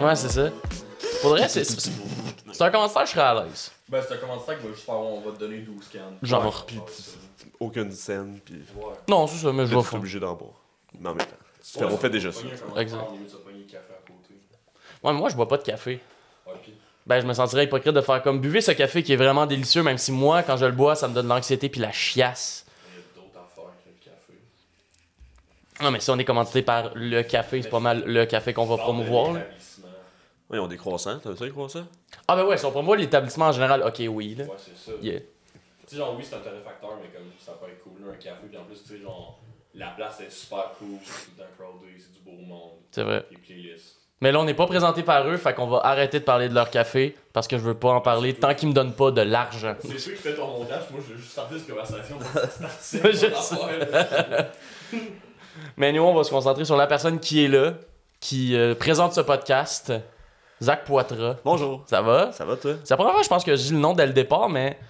Ouais, c'est ça. Pour le reste, c'est- c'est c'est un commentaire, je serais à l'aise. Ben, c'est un commentaire qui va juste faire on va te donner 12 cannes. Genre. Ouais, Puis aucune scène, puis Ouais. Non, c'est ça, mais je t'es vais tout faire. obligé d'en boire. Mais en même temps, tu fais- on fait déjà ça. Exact. Exact. café à côté. Ouais, mais moi, je bois pas de café. Ouais, puis Ben, je me sentirais hypocrite de faire comme buvez ce café qui est vraiment délicieux, même si moi, quand je le bois, ça me donne de l'anxiété puis la chiasse. il y a d'autres affaires que le café. Non, mais si on est commandité par le café, c'est pas mal le café qu'on va promouvoir. là. L'établissement. Oui, on des croissants, t'as vu ça, les croissants? Ah, ben ouais, si on promouvoit l'établissement en général, ok, oui. Là. Ouais, c'est ça. Yeah. Tu sais, genre, oui, c'est un torréfacteur, mais comme ça peut être cool, là, un café. Puis en plus, tu sais, genre, la place est super cool, c'est tout le temps crowded, c'est du beau monde, C'est vrai. les playlists. Mais là, on n'est pas présenté par eux, fait qu'on va arrêter de parler de leur café parce que je veux pas en parler tant qu'ils me donnent pas de l'argent. C'est sûr qui fait ton montage, moi, je veux juste starter cette conversation. C'est Je sais. Mais nous, on va se concentrer sur la personne qui est là, qui euh, présente ce podcast, Zach Poitras. Bonjour! Ça va? Ça va, toi? C'est la première fois, je pense, que je dis le nom dès le départ, mais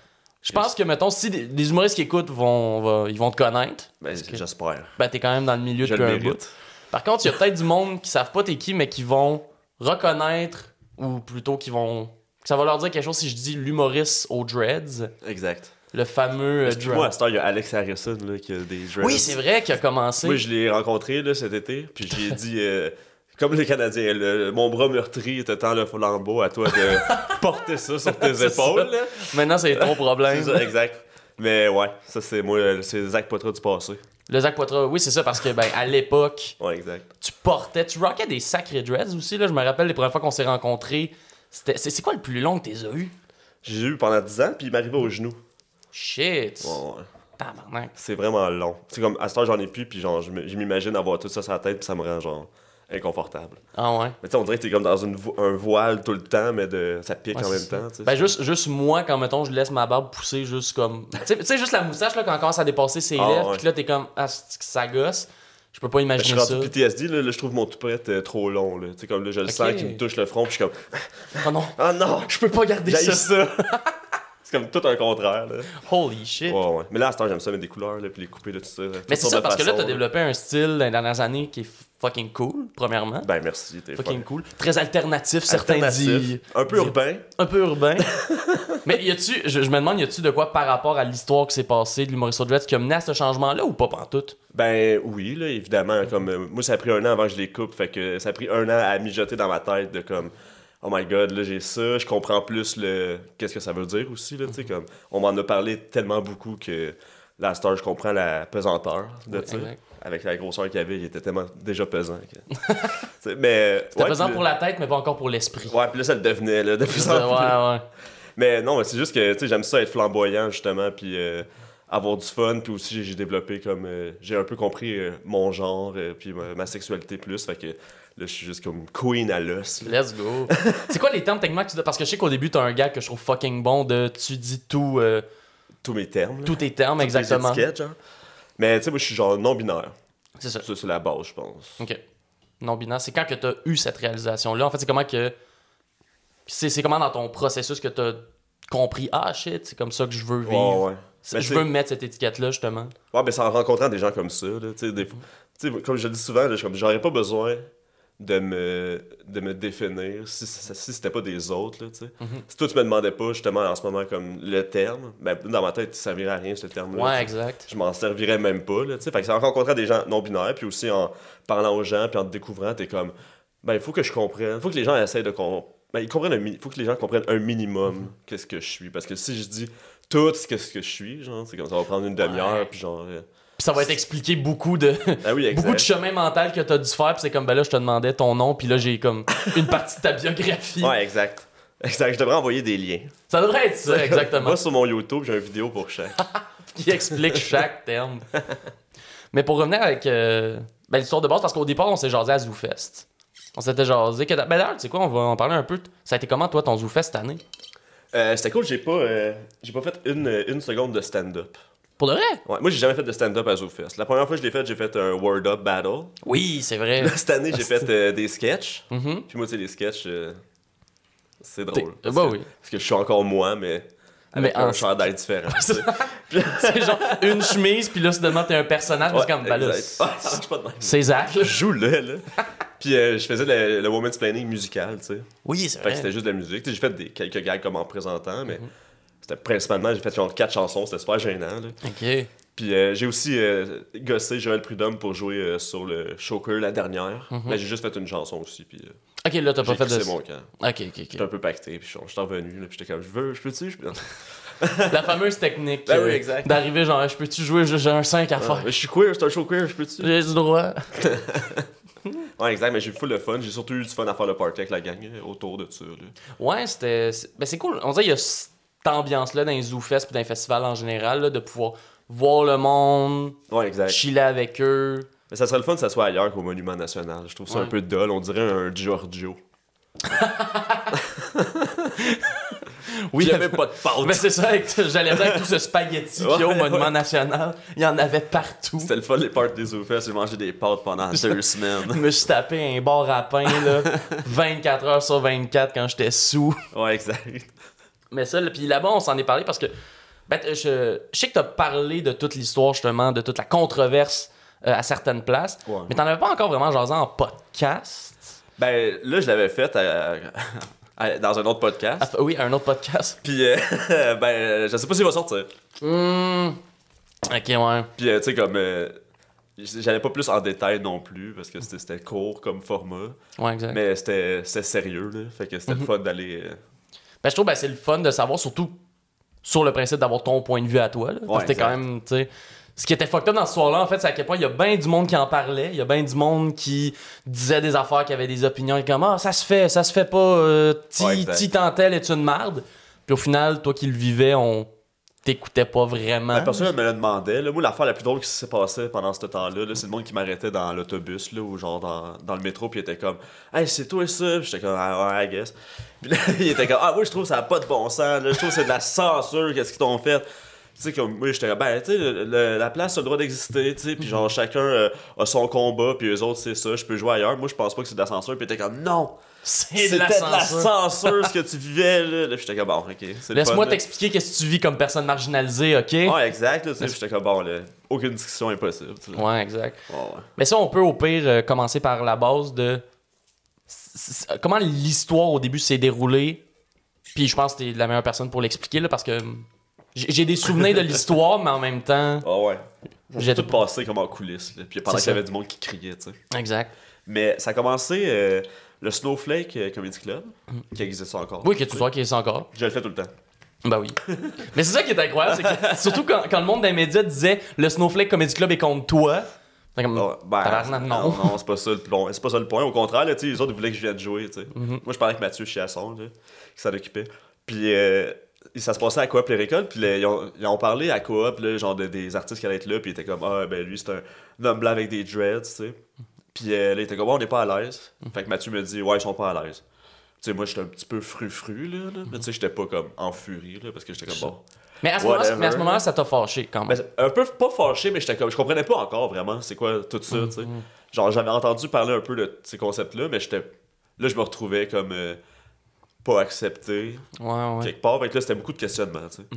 je pense que, mettons, si des, des humoristes qui écoutent vont, va- ils vont te connaître, Ben, Parce que- j'espère. ben t'es quand même dans le milieu Je depuis le un bout. mérite. Par contre, il y a peut-être du monde qui savent pas t'es qui, mais qui vont reconnaître, ou plutôt qui vont. que Ça va leur dire quelque chose si je dis l'humoriste aux dreads, Exact. le fameux euh, Moi, à dread. cette heure, il y a Alex Harrison là, qui a des dreads. Oui, c'est vrai qu'il a commencé. Moi, je l'ai rencontré là, cet été, puis j'ai dit, euh, comme les Canadiens, le- mon bras meurtri te tend le flambeau à toi de porter ça sur tes C'est ça. épaules. là. Maintenant, c'est ton C'est problème. ça, exact. Mais ouais, ça c'est moi, euh, c'est Zach Poitras du passé. Le Zach Poitras, oui, c'est ça, parce que, ben, à l'époque, Ouais, exact. tu portais, tu rockais des sacrés dreads aussi, là. Je me rappelle les premières fois qu'on s'est rencontrés. c'était- C'est c'est quoi le plus long que t'es eu? J'ai eu pendant 10 ans, puis il m'arrivait au genou. Shit! Ouais, ouais. Tabarnak. C'est vraiment long. C'est comme, à cette heure, j'en ai plus, puis genre, je me- je m'imagine avoir tout ça sur la tête, puis ça me rend genre inconfortable. Ah ouais. Mais tu sais, on dirait que t'es comme dans une vo- un voile tout le temps, mais de, ça pique Ouais, en c'est même ça. temps. tu sais. Ben juste, juste moi, quand mettons, je laisse ma barbe pousser juste comme. Tu sais- tu sais, juste la moustache là, quand on commence à dépasser ses Ah, lèvres, ouais. puis que là, t'es comme, ah, c'est que ça gosse. Je peux pas Ben, je imaginer suis ça. rendu PTSD, là, là, je trouve mon toupette euh, trop long. Là. Tu sais, comme là, je le Ok. sens qui me touche le front, puis je suis comme, Oh non, ah non, je peux pas garder j'haïs ça. ça. c'est comme tout un contraire. Là. Holy shit. Ouais, ouais. Mais là, à cette heure, j'aime ça mettre des couleurs, là, puis les couper, là, tout ça. là, Mais toutes c'est sortes ça, de parce que là, façons, t'as développé un style dans les dernières années qui est fucking cool, premièrement. Ben merci, t'es fucking cool. Très alternatif, fun. certains disent. Alternatif, Un peu disent- urbain. Un peu urbain. Mais y a-tu, je, je me demande, y a-tu de quoi par rapport à l'histoire qui s'est passée de l'humoriste au dreads qui a mené à ce changement-là ou pas pantoute? Ben oui, là, évidemment. Mhm. Comme, euh, moi, ça a pris un an avant que je les coupe. Fait que ça a pris un an à mijoter dans ma tête de comme. Oh my god, là j'ai ça, je comprends plus le qu'est-ce que ça veut dire aussi là, tu Mhm. sais comme on m'en a parlé tellement beaucoup que la star, je comprends la pesanteur de Oui, ça. exact. Avec la grosseur qu'il avait, il était tellement déjà pesant que... Tu sais, mais C'était ouais, pesant puis pour là- la tête, mais pas encore pour l'esprit. Ouais, puis là ça le devenait là de plus Juste en de- plus. ouais, ouais. Mais non, mais c'est juste que tu sais, j'aime ça être flamboyant justement, puis euh, avoir du fun, puis aussi j'ai développé comme euh, j'ai un peu compris euh, mon genre, euh, puis ma, ma sexualité plus, fait que là je suis juste comme queen à l'os. là. Let's go. c'est quoi les termes techniquement que tu dois- Parce que je sais qu'au début, t'as un gars que je trouve fucking bon de tu dis tout, euh, Tous mes termes. là. tous tes termes, Toutes exactement. les étiquettes, genre. Mais tu sais, moi je suis genre non binaire. C'est ça. Ça c'est la base, je pense. Ok. Non-binaire, c'est quand que t'as eu cette réalisation-là. En fait, c'est comment que. C'est c'est comment dans ton processus que t'as compris, ah shit, c'est comme ça que je veux Ouais, vivre. ouais. C'est- Mais Je c'est- veux me mettre cette étiquette-là, justement. Ouais, ben c'est en rencontrant des gens comme ça, là, tu sais, des fois- tu sais, comme je le dis souvent, là, je suis comme, j'aurais pas besoin de me, de me définir si, ça- si c'était pas des autres, là, tu sais. Si toi, tu me demandais pas, justement, en ce moment, comme le terme, ben, dans ma tête, ça servirait à rien, ce terme-là. Ouais, tu sais. exact. Je m'en servirais même pas, là, tu sais. Fait que c'est en rencontrant des gens non-binaires, puis aussi en parlant aux gens, puis en te découvrant, t'es comme, ben, il faut que je comprenne, faut que les gens essayent de com- ben, ils comprennent un mi- faut que les gens comprennent un minimum Mm-hmm. qu'est-ce que je suis. Parce que si je dis tout ce que, ce que je suis, genre, c'est comme ça va prendre une demi-heure, Ouais. puis genre... euh, Puis ça va t'expliquer beaucoup de. ah oui, exact. Beaucoup de chemin mental que t'as dû faire, puis c'est comme, ben là, je te demandais ton nom, puis là, j'ai comme une partie de ta biographie. Ouais, exact. Exact, je devrais envoyer des liens. Ça devrait être ça, exactement. Moi, sur mon YouTube, j'ai une vidéo pour chaque. qui explique chaque terme. Mais pour revenir avec euh, ben, l'histoire de base, parce qu'au départ, on s'est jasé à ZooFest. On s'était jasé. Que, ben d'ailleurs, tu sais quoi, on va en parler un peu. Ça a été comment, toi, ton ZooFest cette année Euh, C'était cool, j'ai pas, euh, j'ai pas fait une, une seconde de stand-up. Pour de vrai Ouais, moi, j'ai jamais fait de stand-up à ZooFest. La première fois que je l'ai fait, j'ai fait un Word Up Battle. Oui, c'est vrai. Là, cette année, j'ai fait euh, des sketchs. Mhm. Puis moi, tu sais, les sketchs, euh, c'est drôle. T'es- Parce bah que- oui. Parce que je suis encore moi, mais avec Mais en- un chandail différent. tu sais. c'est genre une chemise, puis là, soudainement, t'es un personnage. parce que Ouais, comme, ben là, exact. Ah, ça marche pas de même. c'est Zach. là. Joue-le, là. Puis euh, je faisais le, le woman's planning musical, tu sais. Oui, c'est Fait vrai. que c'était juste de la musique. Tu sais, J'ai fait des, quelques gags comme en présentant, mais Mm-hmm. c'était principalement, j'ai fait genre quatre chansons, c'était super gênant. Là. Ok. Puis euh, j'ai aussi euh, gossé Joël Prudhomme pour jouer euh, sur le Choker la dernière. Mais j'ai juste fait une chanson aussi, puis euh, Ok, là, Mm-hmm. t'as pas j'ai fait de. crissé mon camp. Ok, ok, J'étais ok. un peu pacté, puis je suis- je suis revenu, là, puis j'étais comme, je veux, je peux-tu? Je peux- La fameuse technique Ben oui, euh, exact. d'arriver genre, je peux-tu jouer, j'ai j'ai un 5 à Ah, faire. je suis queer, c'est un show queer, je peux-tu? J'ai du droit. Ouais, exact, mais j'ai eu full de fun. J'ai surtout eu du fun à faire le party avec la gang euh, autour de ça. Là. Ouais, c'était. c'est- Ben, c'est cool. On dirait qu'il y a cette ambiance-là dans les zoofests puis dans les festivals en général, là, de pouvoir voir le monde, Ouais, exact. chiller avec eux. Mais ça serait le fun que ça soit ailleurs qu'au Monument National. Je trouve ça un Ouais. peu dole. On dirait un Giorgio. Oui, il y avait pas de pâte. Mais Ben, c'est ça, avec- j'allais dire avec tout ce spaghetti qu'il y a au Ouais, Monument ouais. National, il y en avait partout. C'était le fun, les parties des Zoufès. J'ai mangé des pâtes pendant deux Je semaines. me suis tapé un bar à pain, là, 24 heures sur 24 quand j'étais sous. Ouais, exact. Mais ça, là, puis là-bas, on s'en est parlé parce que ben, t- je, je sais que t'as parlé de toute l'histoire, justement, de toute la controverse euh, à certaines places, Ouais. mais t'en avais pas encore vraiment jasé en podcast. Ben, là, je l'avais fait à- à- dans un autre podcast. Ah, f- oui, un autre podcast. Puis, euh, ben, je sais pas s'il va sortir. Hmm. Ok, ouais. Puis, euh, tu sais, comme. euh, J'allais pas plus en détail non plus parce que c'était- c'était court comme format, Ouais, exact. mais c'était c'était sérieux, là. Fait que c'était le fun d'aller. euh, Ben, je trouve que c'est le fun de savoir, surtout sur le principe d'avoir ton point de vue à toi. Là, parce Ouais, que t'es quand exact. même, tu sais. Ce qui était fucked up dans ce soir-là, en fait, c'est à quel point il y a bien du monde qui en parlait, il y a bien du monde qui disait des affaires, qui avait des opinions, comme Ah, ça se fait, ça se fait pas, euh, ti Ouais, exact. ti tantel est une merde. Puis au final, toi qui le vivais, on t'écoutait pas vraiment. La Ah, personne elle me le demandait. Là, moi, l'affaire la plus drôle qui s'est passée pendant ce temps-là, là, c'est le monde qui m'arrêtait dans l'autobus là, ou genre dans, dans le métro, puis il était comme Hey, c'est toi ça Puis j'étais comme Ah, ouais, I guess. Puis là, il était comme Ah, oui, je trouve que ça n'a pas de bon sens. Là, je trouve que c'est de la censure, qu'est-ce qu'ils t'ont fait. Tu sais, comme, moi, j'étais comme, ben, tu sais, le- le- la place a le droit d'exister, tu sais, puis Mhm. genre, chacun euh, a son combat, puis eux autres, c'est ça, je peux jouer ailleurs. Moi, je pense pas que c'est de la censure, puis il était comme, non, c'est c'était de la censure. censure ce que tu vivais, là. Là, puis j'étais comme, bon, ok, c'est le Laisse-moi fun, là. t'expliquer qu'est-ce que tu vis comme personne marginalisée, ok? Ouais, Ah, exact. Là, tu sais, puis j'étais comme, bon, là, aucune discussion est possible. tu sais. ouais exact. Ouais, ouais. Mais ça, on peut au pire euh, commencer par la base de s- s- comment l'histoire au début s'est déroulée. Puis je pense que t'es la meilleure personne pour l'expliquer là, parce que hum, j'ai j'ai des souvenirs de l'histoire, mais en même temps, Ah ouais. J'ai j'étais tout passé comme en coulisses. là. Puis pendant C'est qu'il y ça. avait du monde qui criait, tu sais. exact. Mais ça a commencé euh, le Snowflake euh, Comedy Club, qui existe encore. Oui, que tu sois qui est encore. Je le fais tout le temps. Bah oui. mais c'est ça qui est incroyable, c'est que surtout quand, quand le monde des médias disait le Snowflake Comedy Club est contre toi. C'est comme, Ah, ben, Tabarnak, non. non, c'est pas ça le point. C'est pas ça le point. Au contraire, là, tu sais, les autres ils voulaient que je vienne jouer. tu sais. Mhm. Moi, je parlais avec Mathieu Chiasson, là, qui s'en occupait. Puis euh, ça se passait à Coop les récoltes. Puis là, ils, ont, ils ont parlé à Coop, là, genre de- des artistes qui allaient être là. Puis ils étaient comme, ah, ben lui, c'est un, un homme blanc avec des dreads. tu sais. Puis euh, là, il était comme, Ouais, on n'est pas à l'aise. Mhm. Fait que Mathieu me dit, ouais, ils sont pas à l'aise. Tu sais, moi, j'étais un petit peu fru-fru, là, là. mais tu sais, j'étais pas comme en furie, là, parce que j'étais comme, bon, mais à ce moment-là, whatever. mais à ce moment-là, ça t'a fâché quand même. ben, un peu pas fâché, mais j'étais comme, je comprenais pas encore vraiment c'est quoi tout ça, tu sais. Mm, Genre, j'avais entendu parler un peu de ces concepts-là, mais j'étais. Là, je me retrouvais comme euh, pas accepté Ouais, Mm-hmm. ouais. quelque part. Fait que là, c'était beaucoup de questionnements, tu sais.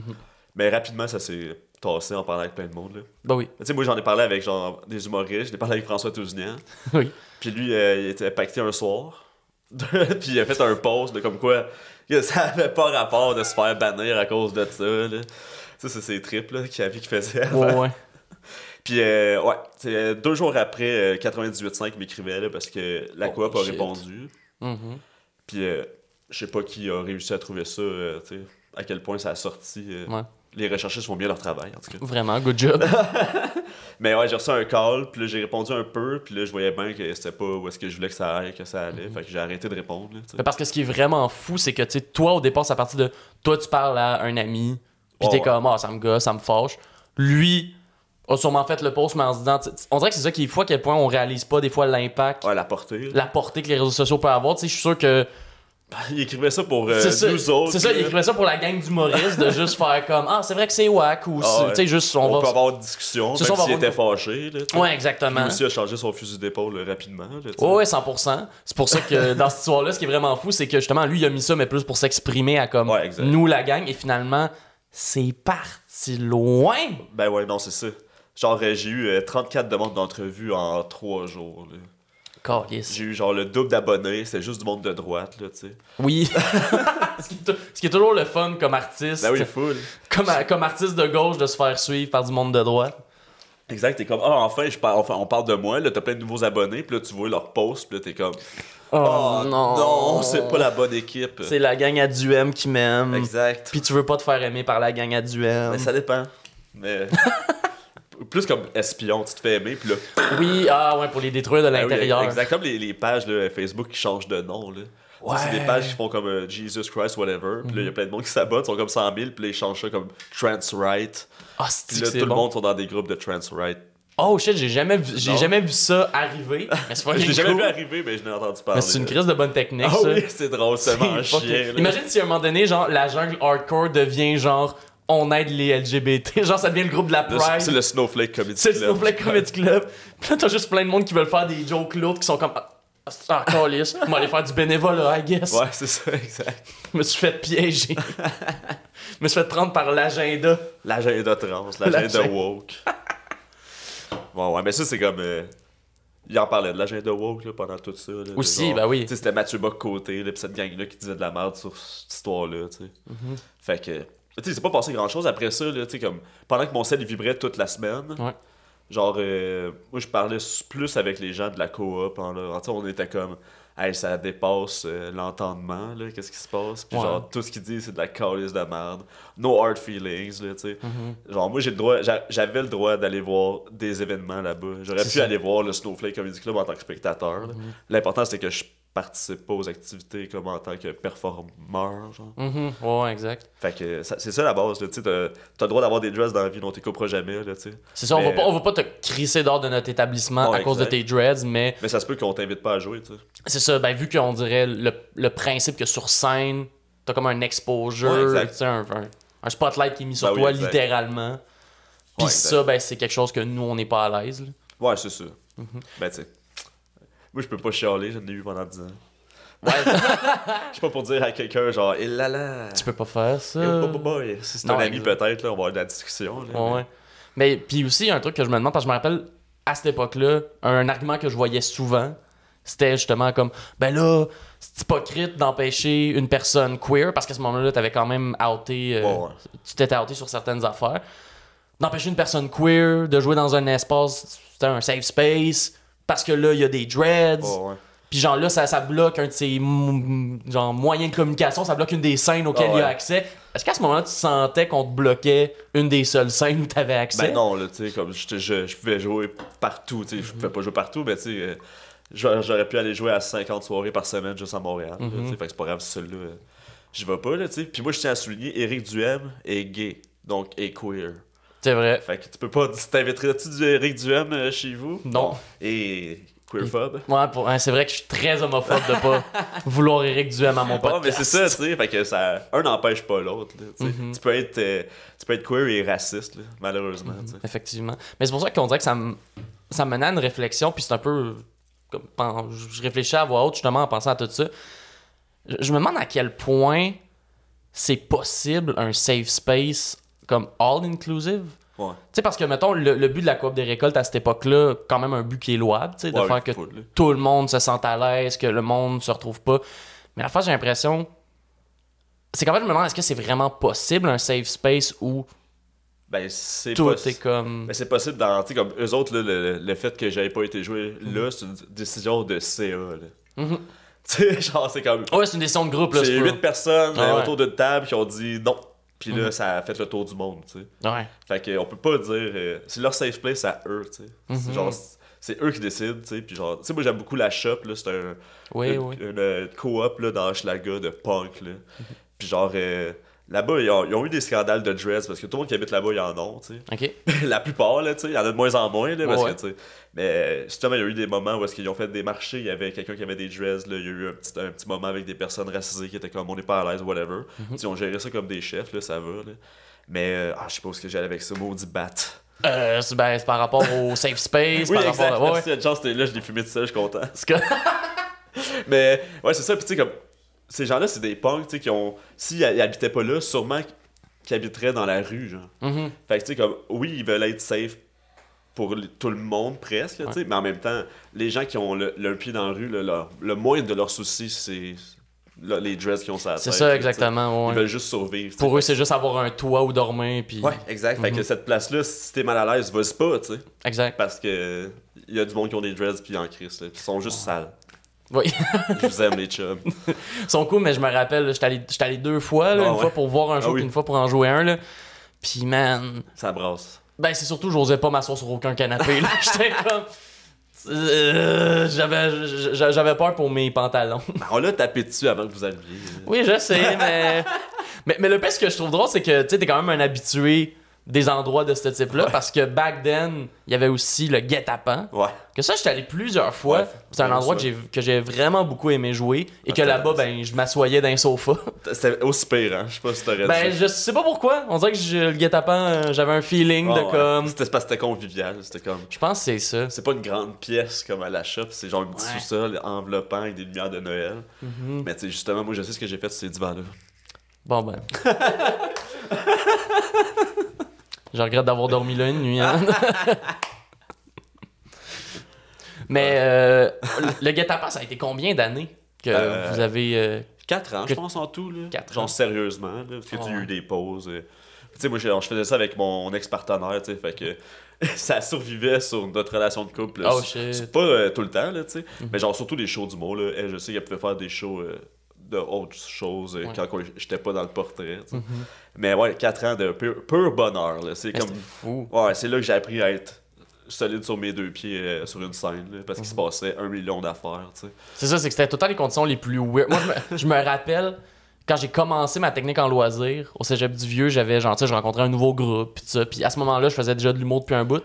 Mais rapidement, ça s'est tassé en parlant avec plein de monde, là. Bah oui. Tu sais, moi, j'en ai parlé avec genre des humoristes, j'en ai parlé avec François Tousignan. oui. Puis lui, euh, il était pacté un soir. puis il a fait un post de comme quoi que ça avait pas rapport de se faire bannir à cause de ça, là. Ça, c'est ses tripes, là, qu'il y avait qui faisait. avant. Ouais, ouais. Puis, euh, ouais, c'est, euh, deux jours après, euh, 98.5 m'écrivait là, parce que la Oh, coop a shit. répondu. Mhm. Puis, euh, je sais pas qui a réussi à trouver ça, euh, tu sais, à quel point ça a sorti. euh, Ouais. Les recherchistes font bien leur travail, en tout cas. Vraiment, good job. Mais ouais, j'ai reçu un call, puis là, j'ai répondu un peu, puis là, je voyais bien que c'était pas où est-ce que je voulais que ça aille, que ça Mhm. allait. Fait que j'ai arrêté de répondre, là, tu sais. Mais parce que ce qui est vraiment fou, c'est que tu sais, toi au départ, c'est à partir de toi tu parles à un ami, Ouais, puis t'es Oh, ouais. comme ah ça me gosse, ça me fâche. Lui a sûrement fait le post mais en se disant, tu- tu- on dirait que c'est ça qui est fou à quel point on réalise pas des fois l'impact, Ouais, la portée. là. la portée que les réseaux sociaux peuvent avoir. Tu sais, je suis sûr que Il écrivait ça pour euh, c'est ça, nous autres. c'est ça, là. il écrivait ça pour la gang d'humoristes de juste faire comme ah c'est vrai que c'est whack ou Ah c'est- ouais. tu sais juste on, On, peut va. avoir une discussion, C'est même ça, on va s'il était avoir fâché, là, tu sais. Ouais Lui exactement. aussi a changé son fusil d'épaule euh, rapidement, là, tu sais. Ouais, ouais, 100%. C'est pour ça que dans cette histoire-là, ce qui est vraiment fou, c'est que justement, lui, il a mis ça, mais plus pour s'exprimer à comme Ouais, exact. nous, la gang, et finalement, c'est parti loin. Ben ouais, non, c'est ça. Genre, euh, j'ai eu euh, 34 demandes d'entrevue en 3 jours. là. Calice. J'ai eu genre le double d'abonnés, c'était juste du monde de droite, là, tu sais. Oui. ce, qui est tou- ce qui est toujours le fun comme artiste. Là, Ben oui, full. comme, à- comme artiste de gauche de se faire suivre par du monde de droite. Exact, t'es comme, ah, enfin, je par- enfin, on parle de moi, là, t'as plein de nouveaux abonnés, puis là, tu vois leur post, puis là, t'es comme, oh, non, c'est pas la bonne équipe. C'est la gang à du M qui m'aime. Exact. Puis tu veux pas te faire aimer par la gang à du M. Mais Ben, ça dépend. Mais. Plus comme espion, tu te fais aimer, puis là. Oui, ah ouais, pour les détruire de Ah oui, l'intérieur. exact. Comme les, les pages là, Facebook qui changent de nom, là. Ouais. Mhm. C'est des pages qui font comme euh, Jesus Christ, whatever. Puis là, il y a plein de monde qui s'abonnent, ils sont comme 100 000, puis là, ils changent ça comme trans right. Ah, Puis c'est là, que tout c'est le bon. monde sont dans des groupes de trans right. Oh shit, j'ai jamais vu, j'ai Non. jamais vu ça arriver. Mais c'est pas Je l'ai jamais cool. vu arriver, Ah, mais je n'ai entendu parler. Mais c'est une crise de bonne technique, Ah ça. oui, c'est drôle, c'est vraiment un C'est fucking- chien. là. Imagine si à un moment donné, genre, la jungle hardcore devient genre, on aide les LGBT. genre, ça devient le groupe de la Le- Pride. C'est le Snowflake Comedy C'est le Club. Snowflake Comedy Club. Puis là, t'as juste plein de monde qui veulent faire des jokes lourdes qui sont comme. Ah, ah, calisse. On va aller faire du bénévolat, I guess. Ouais, c'est ça, exact. Je me suis fait piéger. Je me suis fait prendre par l'agenda. L'agenda trans, l'agenda L'agenda- woke. Bon, ouais, mais ça, c'est comme. euh, Il en parlait de l'agenda woke là, pendant tout ça. là, Aussi, de genre- ben oui. Tu sais, C'était Mathieu Bock côté, là, pis cette gang-là qui disait de la merde sur cette histoire-là. tu sais. Mm-hmm. Fait que. Tu sais, c'est pas passé grand-chose après ça. Là, tu sais, comme, pendant que mon sel il vibrait toute la semaine, Ouais. genre, euh, moi, je parlais s- plus avec les gens de la coop. hein, là. Tu sais, on était comme. Hey, ça dépasse euh, l'entendement, là, qu'est-ce qui se passe? Puis Ouais. genre, tout ce qu'ils disent, c'est de la calice de merde. No hard feelings, là, tu sais. Mm-hmm. Genre, moi, j'ai le droit, j'a- j'avais le droit d'aller voir des événements là-bas. J'aurais pu C'est ça. Mm-hmm. aller voir le Snowflake Comedy Club en tant que spectateur. là. L'important, c'est que je participe pas aux activités comme en tant que performeur, genre. Mhm, Ouais, ouais, exact. Fait que ça- c'est ça la base, là, tu sais. T'as t'as le droit d'avoir des dresses dans la vie, non, t'es couperas jamais, là, tu sais. C'est ça, on, va Mais- pas, on va pas te crisser dehors de notre établissement Ouais, à cause de exact. tes dreads, mais Mais ça se peut qu'on t'invite pas à jouer, tu sais. c'est ça, ben, vu qu'on dirait le, le principe que sur scène, t'as comme un Ouais, exposure, exact. tu sais, un, un, un spotlight qui est mis sur Ben oui, toi exact. littéralement. Puis Ouais, exact. ça, ben, c'est quelque chose que nous, on n'est pas à l'aise. là. Ouais, c'est ça. Mhm. Ben, tu sais. Moi, je peux pas chialer, j'en ai eu pendant 10 ans. Ouais, Je suis pas pour dire à quelqu'un, genre, il là là. eh, oh, tu peux pas faire ça. Yo, bo- bo- boy. eh, Si c'est Euh. Non, un ami, exact. peut-être, là, on va avoir de la discussion. Là, Ouais, ouais. Mais puis aussi, un truc que je me demande, parce que je me rappelle, à cette époque-là, un argument que je voyais souvent, c'était justement comme, ben là, c'est hypocrite d'empêcher une personne queer, parce qu'à ce moment-là, t'avais quand même outé, euh, Ouais, ouais. tu t'étais outé sur certaines affaires, d'empêcher une personne queer de jouer dans un espace, c'était un safe space, parce que là, il y a des dreads. Ouais, ouais. Puis genre là, ça, ça bloque un de ses m- genre, moyens de communication, ça bloque une des scènes auxquelles Ah ouais. il a accès. Est-ce qu'à ce moment-là, tu sentais qu'on te bloquait une des seules scènes où tu avais accès? Ben non, là, tu sais, comme je, je, je pouvais jouer partout, tu sais, Mhm. je pouvais pas jouer partout, mais tu sais, euh, j'a- j'aurais pu aller jouer à 50 soirées par semaine juste à Montréal, là, Mhm. tu sais, fait que c'est pas grave, celui-là, euh, j'y vais pas, là, tu sais. Puis moi, je tiens à souligner, Eric Duhem est gay, donc est queer. C'est vrai. Fait que tu peux pas, tu t'inviterais-tu du Eric Duhem euh, chez vous? Non. Et queerphobe? Ouais, pour- hein, c'est vrai que je suis très homophobe de pas vouloir Eric Duhem à mon Bon, podcast. mais c'est ça, tu sais, fait que ça, un n'empêche pas l'autre, là, tu sais. Mm-hmm. Tu peux être, euh, tu peux être queer et raciste, là, malheureusement, tu sais. Effectivement. Mais c'est pour ça qu'on dirait que ça me ça menait à une réflexion, puis c'est un peu comme pen- je réfléchis à voix haute justement en pensant à tout ça. Je, je me demande à quel point c'est possible un safe space comme all inclusive. Ouais. Tu sais, parce que, mettons, le, le but de la coop des récoltes à cette époque-là, quand même un but qui est louable, tu sais, de Ouais, faire que full, là. tout le monde se sente à l'aise, que le monde se retrouve pas. Mais à la fois, j'ai l'impression. C'est quand même, je me demande, est-ce que c'est vraiment possible un safe space où Ben, c'est tout pas- est comme. Mais c'est possible dans, tu sais, comme eux autres, là, le, le fait que j'avais pas été joué Mm-hmm. là, c'est une décision de CA. Là. Tu sais, genre, c'est comme. Ouais, c'est une décision de groupe, là, Ben, c'est pas- huit personnes Ah euh, ouais. Mm-hmm. autour d'une table qui ont dit non. Puis là, ça a fait le tour du monde, tu sais. Ouais. Fait qu'on peut pas dire. euh, c'est leur safe place à eux, tu sais. Mhm. C'est genre. C'est eux qui décident, tu sais. Puis genre, tu sais, moi j'aime beaucoup la shop, là. C'est un, Oui, une, oui. Mhm. une, euh, coop là, dans Hochelaga de punk. Là. Puis genre, euh, là-bas, ils ont, ils ont eu des scandales de dress parce que tout le monde qui habite là-bas, ils en ont, tu sais. Ok. la plupart, là, tu sais, il y en a de moins en moins, là, parce Ouais. que, tu sais, mais euh, justement, il y a eu des moments où est-ce qu'ils ont fait des marchés, il y avait quelqu'un qui avait des dresses, là, il y a eu un petit, un petit moment avec des personnes racisées qui étaient comme, on n'est pas à l'aise, whatever. Mhm. Tu sais, Ils ont géré ça comme des chefs, là, ça va, là. Mais, euh, ah, je sais pas où est-ce que j'allais avec ce maudit bat. Euh, c'est ben, c'est par rapport au safe space, par rapport à. Ouais, merci, il y a une chance, t'es là, je l'ai fumé tout seul, je suis content. c'est que- Mais ouais, c'est ça. Puis tu sais, comme ces gens-là, c'est des punks, tu sais, qui ont. S'ils ils habitaient pas là, Mm-hmm. sûrement qu'ils habiteraient dans la rue, genre. Fait que tu sais, comme, oui, ils veulent être safe pour l- tout le monde presque, là, tu sais. mais en même temps, les gens qui ont le, le pied dans la rue, là, leur- le moindre de leurs soucis, c'est là, les dreads qui ont ça. C'est ça, exactement. Ils ouais. veulent juste survivre. tu sais. Mm-hmm. Pour eux, c'est juste avoir un toit où dormir. Puis... Ouais, exact. Fait que cette place-là, si t'es mal à l'aise, vas-y pas, tu sais. Exact. Parce que il y a du monde qui ont des dreads puis en crise, là, qui sont juste sales. Oui. Je vous aime, les chums. Ils sont cool, mais je me rappelle, là, j'étais allé, j'étais allé deux fois, là, Ah une ouais. fois pour voir un show, Ah oui. puis une fois pour en jouer un. Là. Puis man, Ça brasse. ben c'est surtout, j'osais pas m'asseoir sur aucun canapé. là. J'étais comme. Euh, j'avais, j'- j'avais peur pour mes pantalons. Ben, on l'a tapé dessus avant que vous arriviez. Oui, je sais, mais... mais. mais le pire, ce que je trouve drôle, c'est que tu sais, t'es quand même un habitué des endroits de ce type-là, parce que back then, il y avait aussi le guet-apens. Ouais. Que ça, j'étais allé plusieurs fois. Ouais, c'est un vraiment endroit que ça. j'ai, que j'ai vraiment beaucoup aimé jouer. Ah, Et que t'as là-bas, raison. ben, je m'assoyais d'un sofa. C'était aussi pire, hein. Je sais pas si t'aurais ben, dit. je sais pas pourquoi. On dirait que je- le guet-apens, euh, j'avais un feeling Ah, de ouais. comme. C'était parce que c'était convivial. C'était comme. Je pense que c'est ça. C'est pas une grande pièce comme à la shop, c'est genre un petit Ouais. sous-sol enveloppant avec des lumières de Noël. Mhm. Mais tu sais, justement, moi je sais ce que j'ai fait sur ces divans-là. Bon, ben. je regrette d'avoir dormi là une nuit. hein. Mais euh, le guet-apens, ça a été combien d'années que Euh, vous avez. euh, 4 ans, Que- je pense, en tout. Là. Quatre genre ans. Ah sérieusement, là, parce que tu sais, il y a Ouais. eu des pauses. euh. Tu sais, moi, je, je faisais ça avec mon ex-partenaire, tu sais, fait que ça survivait sur notre relation de couple. là. Oh, C'est- shit. Mhm. C'est pas euh, tout le temps, là, tu sais, mais genre surtout les shows d'humour, là. Elle, je sais qu'elle pouvait faire des shows euh, de autres choses euh, Ouais. Mhm. quand on- j'étais pas dans le portrait, tu sais. Mais ouais, 4 ans de pur, pur bonheur, là. C'est Ben, comme... C'était fou. Ouais, c'est là que j'ai appris à être solide sur mes deux pieds euh, sur une scène, là, parce Mhm. qu'il se passait un million d'affaires, tu sais. C'est ça, c'est que c'était tout le temps les conditions les plus weird. Moi, je me, je me rappelle, quand j'ai commencé ma technique en loisir, au cégep du Vieux, j'avais, genre, tu sais, je rencontrais un nouveau groupe, pis tout ça. Puis à ce moment-là, je faisais déjà de l'humour depuis un bout.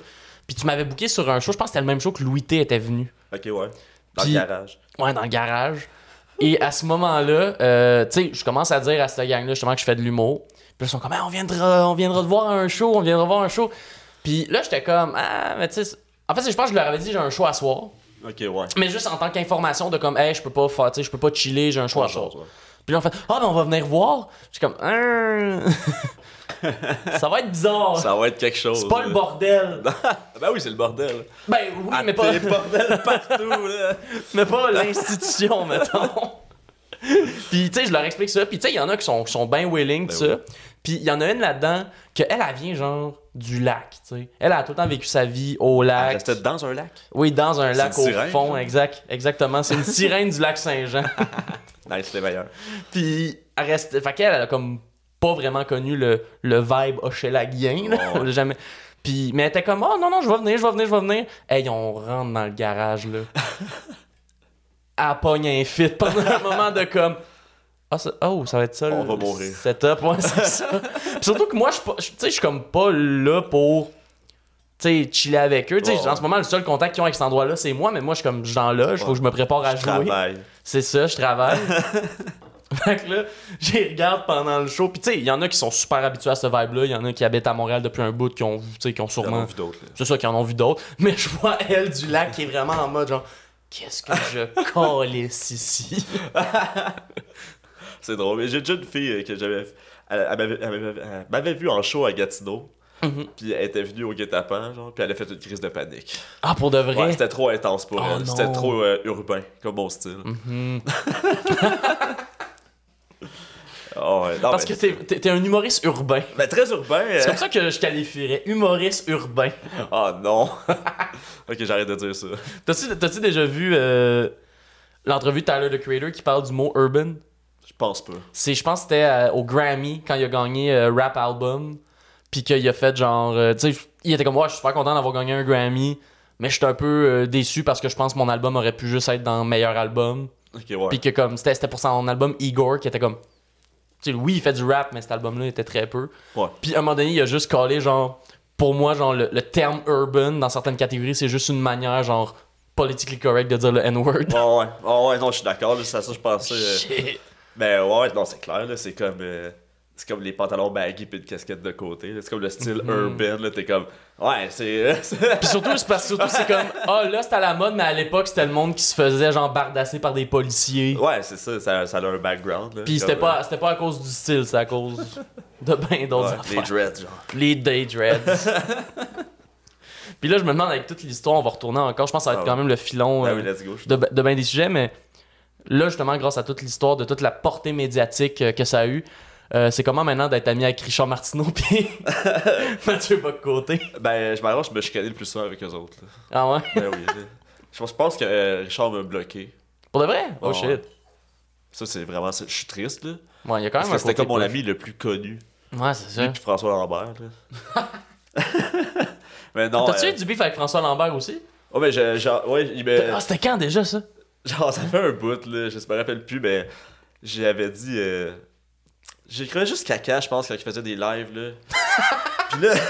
Puis tu m'avais booké sur un show, je pense que c'était le même show que Louis T était venu. Ok, ouais. Dans Puis- le garage. Ouais, dans le garage. Et à ce moment-là, euh, tu sais, je commence à dire à cette gang-là justement que je fais de l'humour. Puis là, ils sont comme, Ah, on, viendra, on viendra te voir à un show, on viendra voir un show. Puis là, j'étais comme, ah, mais tu sais, en fait, je pense que je leur avais dit, j'ai un show à soir. Ok, ouais. Mais juste en tant qu'information de comme, hey, je peux pas faire, tu sais, je peux pas chiller, j'ai un choix à faire. ouais. Puis là, on fait, ah, ben on va venir voir. Je suis comme, Hein. ça va être bizarre. Ça euh, va être quelque chose. C'est pas le là. bordel. ben oui, c'est le bordel. Ah, Ben oui, mais pas, C'est le bordel partout, là. mais pas l'institution, mettons. Puis, tu sais, je leur explique ça. Puis, tu sais, il y en a qui sont, qui sont bien willing, Ben tout ça. Puis, il y en a une là-dedans que elle, elle vient genre du lac, tu sais. Elle a tout le temps vécu sa vie au Elle lac. restait dans un lac. Oui, dans un Ah, C'est lac une au sirène, fond, genre. exact. Exactement. C'est une sirène du lac Saint-Jean. Nice, les meilleurs. Puis elle reste. Fait qu'elle, elle a comme pas vraiment connu le, le vibe Hochelaguien. là. Ouais, ouais. Jamais. Puis, mais elle était comme, oh non, non, je vais venir, je vais venir, je vais venir. Hey, on rentre dans le garage, là. elle pogne un fit pendant un moment de comme. Ah, ça, oh, ça va être ça. On le va mourir. Setup, ouais, c'est ça. Puis surtout que moi, je suis pas- je- tu sais, je suis comme pas là pour. Tu sais, chiller avec eux. Tu sais, Ouais, ouais. En ce moment, le seul contact qu'ils ont avec cet endroit-là, c'est moi, mais moi, je suis comme, je suis dans là, il Ouais. faut que Ah, je me prépare à Je jouer. travaille. C'est ça, je travaille. fait que là, j'y regarde pendant le show. Puis tu sais, il y en a qui sont super habitués à ce vibe-là. Il y en a qui habitent à Montréal depuis un bout, qui ont, vu- tu sais, qui ont J'en ai sûrement... vu d'autres, là. C'est ça, qui en ont vu d'autres. Mais je vois elle du lac qui est vraiment en mode genre... Qu'est-ce que je calisse ici? C'est drôle. Mais j'ai déjà une fille euh, que j'avais. Elle, elle m'avait- elle m'avait- elle m'avait vu en show à Gatineau. Mm-hmm. Puis elle était venue au guet-apens, genre, puis elle a fait une crise de panique. Ah, pour de vrai? Ouais, c'était trop intense pour Oh elle. non. C'était trop euh, urbain, comme mon style. Mhm. Ah ouais. Non, Parce que mais- t'es- t'es t'es un humoriste urbain. Mais très urbain. euh. C'est comme ça que je qualifierais humoriste urbain. Ah non. ok, j'arrête de dire ça. T'as-tu t'as-tu déjà vu euh, l'entrevue de Tyler the Creator qui parle du mot urban? Je pense pas. C'est, je pense que c'était euh, au Grammy quand il a gagné euh, Rap Album. Puis qu'il a fait genre. euh, tu sais, il était comme, ouais, je suis super content d'avoir gagné un Grammy. Mais je suis un peu euh, déçu parce que je pense que mon album aurait pu juste être dans meilleur album. Ok, ouais. Puis que comme, c'était, c'était pour son album Igor qui était comme. Tu sais, oui, il fait du rap, mais cet album-là était très peu. Ouais. Puis à un moment donné, il a juste collé genre. Pour moi, genre, le, le terme urban dans certaines catégories, c'est juste une manière, genre, politically correct de dire le N-word. Ouais, ouais, Ah, Ouais, ouais, non, je suis d'accord, là, c'est à ça que je pensais. euh, Shit. Ben ouais, non, c'est clair, là, c'est comme. euh, c'est comme les pantalons baggy pis une casquette de côté. là. C'est comme le style Mhm. urban, là, t'es comme. Ouais, c'est. c'est- Puis surtout, c'est parce surtout, c'est comme, ah là, c'est à la mode, mais à l'époque, c'était le monde qui se faisait genre bardasser par des policiers. ouais, c'est ça, ça, ça a un background, là. Puis comme, c'était euh, pas, c'était pas à cause du style, c'est à cause de ben ouais, d'autres les affaires. dreads, genre. Les day dreads. Puis là, je me demande, avec toute l'histoire, on va retourner encore. Je pense que ça va être Ah quand même le filon Ah euh, oui, let's go. je- de, de bien des sujets, mais là, justement, grâce à toute l'histoire, de toute la portée médiatique euh, que ça a eu, euh, c'est comment maintenant d'être ami avec Richard Martineau puis Mathieu Bocoté. Ben, je m'arrange, je me chicanais le plus souvent avec eux autres. là. Ah ouais? Ben oui. là. Je pense- je pense que euh, Richard m'a bloqué. Pour de vrai? Oh Ouais, shit. Ah ouais. Ça, c'est vraiment. ça. Je suis triste, là. Ouais, il y a quand Parce que même un c'était côté comme mon poche. ami le plus connu. Ouais, c'est Lui ça. puis François Lambert, là. mais non. T'as-tu euh, eu du beef avec François Lambert aussi? Oh, mais je- genre, ouais, il Ah, me- c'était quand déjà ça? Genre, ça fait un bout, là. Je me rappelle plus, mais j'avais dit. Euh... J'écrivais juste caca, je pense, quand il faisait des lives, là. Puis là.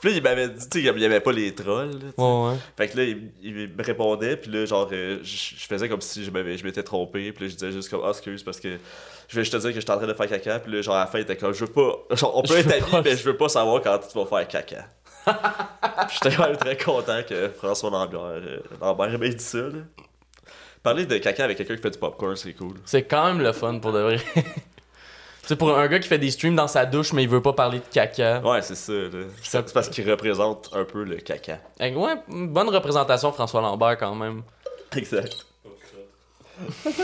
Puis là, il m'avait dit, tu sais, il y avait pas les trolls, là. tu sais. Ouais, ouais. Fait que là, il, il me répondait, puis là, genre, euh, je je faisais comme si je m'avais- je m'étais trompé, puis là, je disais juste comme, ah, excuse, parce que je vais juste te dire que j'étais en train de faire caca, puis là, genre, à la fin, il était comme, je veux pas, genre, on peut Je être veux amis, pas- mais je veux pas savoir quand tu vas faire caca. Puis j'étais quand même très content que François Lambert, euh, Lambert m'ait dit ça, là. Parler de caca avec quelqu'un qui fait du popcorn, c'est cool. C'est quand même le fun pour de vrai. tu sais, pour un gars qui fait des streams dans sa douche, mais il veut pas parler de caca. Ouais, c'est ça, là. Ça- C'est parce qu'il représente un peu le caca. Fait que Ouais, une bonne représentation, François Lambert, quand même. Exact. Je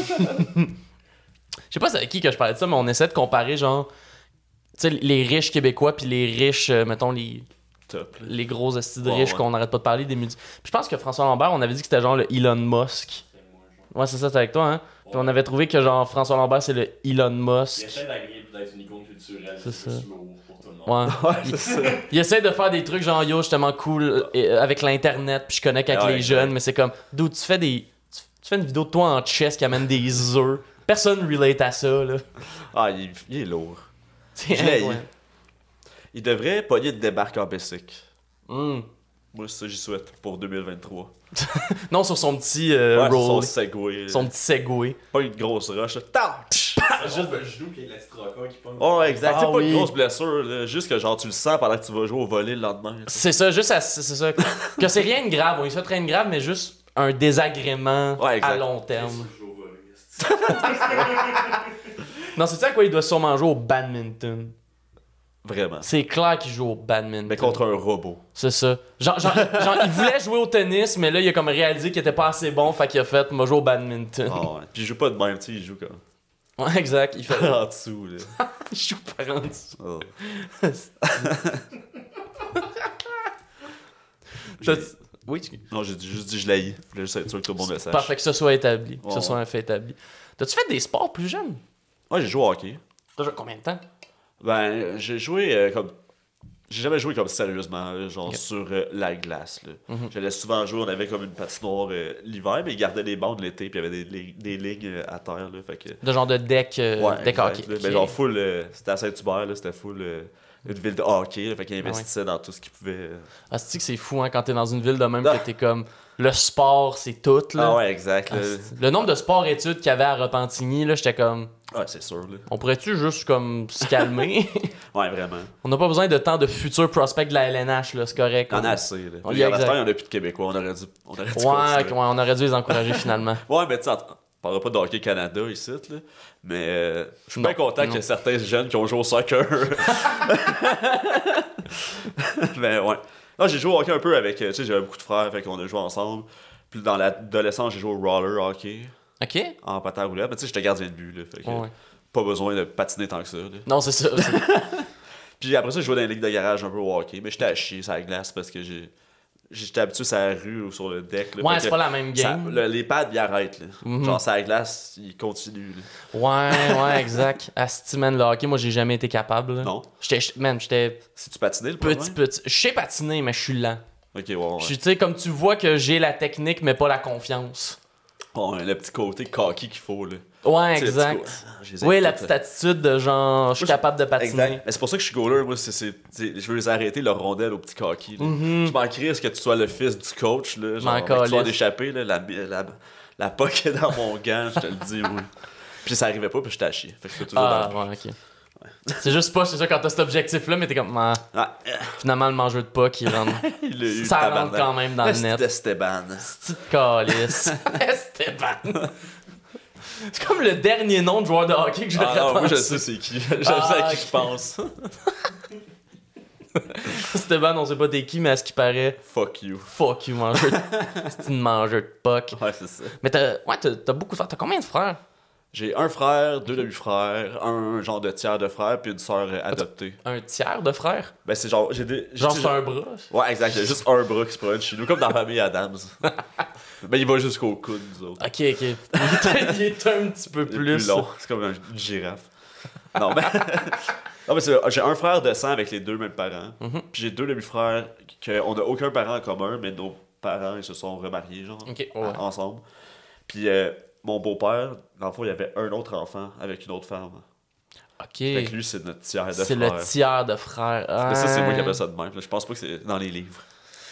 sais pas c'est à qui que je parlais de ça, mais on essaie de comparer, genre, tu sais, les riches québécois puis les riches, euh, mettons, les, Top, là. les gros astis de Ouais, riches ouais. qu'on n'arrête pas de parler, des multi... Puis je pense que François Lambert, on avait dit que c'était genre le Elon Musk. C'est moi, genre. Ouais, c'est ça, c'était avec toi, hein? Puis on avait trouvé que, genre, François Lambert, c'est le Elon Il Musk. essaie d'agir d'être une icône culturelle. C'est juste ça. l'humour pour tout le monde. Ouais. Ouais, c'est ça. Il essaie de faire des trucs genre yo, je suis tellement cool euh, avec l'internet, puis je connecte avec Ah, les exact. jeunes, mais c'est comme, d'où tu fais des. Tu, tu fais une vidéo de toi en chess qui amène des œufs. Personne relate à ça, là. Ah, il, il est lourd. C'est Je l'ai incroyable. Il devrait pogner de débarque en Bessic. Mm. Moi, ça, j'y souhaite pour 2023. Non, sur son petit euh, Ouais, son euh, roll, Segway. là. son petit Segway. Pas une grosse roche. là. Tam! Tch! C'est juste ben, le genou qui est l'estroca qui pomme. Oh, exact. Ah c'est pas oui. une grosse blessure. là. Juste que genre, tu le sens pendant que tu vas jouer au volet le lendemain. là. C'est ça, juste à- c'est c'est ça. que c'est rien de grave, oui, ça rien de grave, mais juste un désagrément Ouais, exact. à long terme. Je joue au volley, esti. Non, c'est ça à quoi il doit sûrement jouer au badminton. Vraiment. C'est clair qu'il joue au badminton. Mais contre un robot. C'est ça. Genre, genre- genre, il voulait jouer au tennis, mais là, il a comme réalisé qu'il était pas assez bon, fait qu'il a fait, m'a joué au badminton. Ah ouais. Puis il joue pas de même, tu sais, il joue comme Ah. Ouais, exact. Il fait, en dessous. Là. je joue par en dessous. Oh. T'as- J'ai- Oui, tu... Non, j'ai dit- juste dit je l'ai. Je voulais juste être sûr que tout le monde le sache. parfait que ça soit établi. Que Ouais, ce ouais. soit un fait établi. T'as-tu fait des sports plus jeunes? Ouais, j'ai joué au hockey. T'as joué combien de temps? Ben, j'ai joué euh, comme. J'ai jamais joué comme sérieusement, là, genre sur euh, la glace. là. Mhm. J'allais souvent jouer, on avait comme une patinoire euh, l'hiver, mais ils gardaient les bancs de l'été, puis il y avait des, li- des lignes euh, à terre. Là, fait que, De genre de deck, euh, Ouais, deck exact, hockey. là. Mais Ok. genre full, euh, c'était à Saint-Hubert, là, c'était full euh, une ville de hockey, là, fait qu'ils Ah ouais. investissaient dans tout ce qu'ils pouvaient. euh. Ah, c'est-tu que c'est fou hein, quand t'es dans une ville de même Ah. que t'es comme le sport, c'est tout. Là. Ah ouais, exact. Ah, là. c'est- le nombre de sports-études qu'il y avait à Repentigny, là, j'étais comme, Ouais, c'est sûr. là. on pourrait-tu juste comme se calmer? Ouais, vraiment. On n'a pas besoin de tant de futurs prospects de la LNH, là, c'est correct. On en a ouais, assez. Là. On Puis, y a en exact. restant, il y en a plus de Québécois, on aurait dû, on aurait dû ouais, continuer. on aurait dû les encourager finalement. Ouais, mais tu sais, on parlera pas de hockey Canada ici, là. Mais euh, je suis Non, bien content non. que certains jeunes qui ont joué au soccer. mais Ben, ouais. Non, j'ai joué au hockey un peu avec. euh, Tu sais, j'avais beaucoup de frères, fait qu'on a joué ensemble. Puis dans l'adolescence, j'ai joué au roller hockey Ok? Ouais, en patin à roulette. Mais tu sais, j'étais gardien de but, là. Fait que ouais. pas besoin de patiner tant que ça, là. Non, c'est ça. c'est- Puis après ça, je jouais dans les ligues de garage un peu au hockey. Mais j'étais à chier sur la glace parce que j'ai. J'étais habitué sur la rue ou sur le deck. là. Ouais, Fait c'est que pas la même ça- game. le- les pads, ils arrêtent. Là. Mhm. Genre, sur la glace, ils continuent. là. Ouais, ouais, exact. Asti, man, le hockey, moi, j'ai jamais été capable. là. Non. Ah J'étais, j'- man, j'étais Si tu patinais le petit, problème? petit. Je sais patiner, mais je suis lent. Ok, ouais, ouais. Je suis, tu sais, comme tu vois que j'ai la technique, mais pas la confiance. Bon, Oh, le petit côté cocky qu'il faut, là. Ouais, Tu sais, le exact. petit co- Ah, je les ai Oui, la toutes, petite là. attitude de genre, je suis Moi, je- capable de patiner. Exact. Mais c'est pour ça que je suis goaler, moi. c'est- c'est- c'est- je veux les arrêter, leur rondelle au petit cocky. là. Je m'en crisse que tu sois le fils du coach, là. Mhm. M'en Genre, que tu sois calisse. déchappé, là. La, la, la poque est dans mon gant, je te le dis, oui. Puis ça arrivait pas, puis j'étais à chier. Fait que c'était toujours Ah, dans le- ouais, ok. C'est juste pas, c'est ça, quand t'as cet objectif-là, mais t'es comme, Ah, Ah, finalement, le mangeur de pas qui rentre. il l'a eu, Ça rentre tabarnak. quand même dans le Esti net. d'Esteban. Petite calice. Esteban. C'est comme le dernier nom de joueur de hockey que j'aurais Ah, non, moi, je sais pensé. c'est qui. Je sais Ah, à qui ok. je pense. Esteban, on sait pas t'es qui, mais à ce qui paraît, Fuck you. fuck you, mangeur. de- C'est une mangeur de puck. Ouais, c'est ça. Mais t'as ouais, t'as- t'as beaucoup de frères. T'as combien de frères J'ai un frère, deux demi-frères, un genre de tiers de frère, puis une sœur euh, adoptée. Un tiers de frères Ben, c'est genre. J'ai des. Genre, j'ai- c'est un bras. Ouais, exact. J'ai juste un bras qui se promène chez nous, comme dans la famille Adams. ben, il va jusqu'au coude, nous autres. Ok, ok. Il est, il est un petit peu C'est plus. plus long. C'est comme un- une girafe. Non, mais. non, mais c'est- j'ai un frère de sang avec les deux mêmes parents. Mhm. Puis j'ai deux demi-frères qu'on n'a aucun parent en commun, mais nos parents, ils se sont remariés, genre. Ok, ouais. en- Ensemble. Puis euh, mon beau-père, dans le fond, il avait un autre enfant avec une autre femme. Fait que Ok. lui, c'est notre tiers de frère. C'est le tiers de frères. Mais ça, c'est moi qui Ah. appelle ça de même. là. Je pense pas que c'est dans les livres.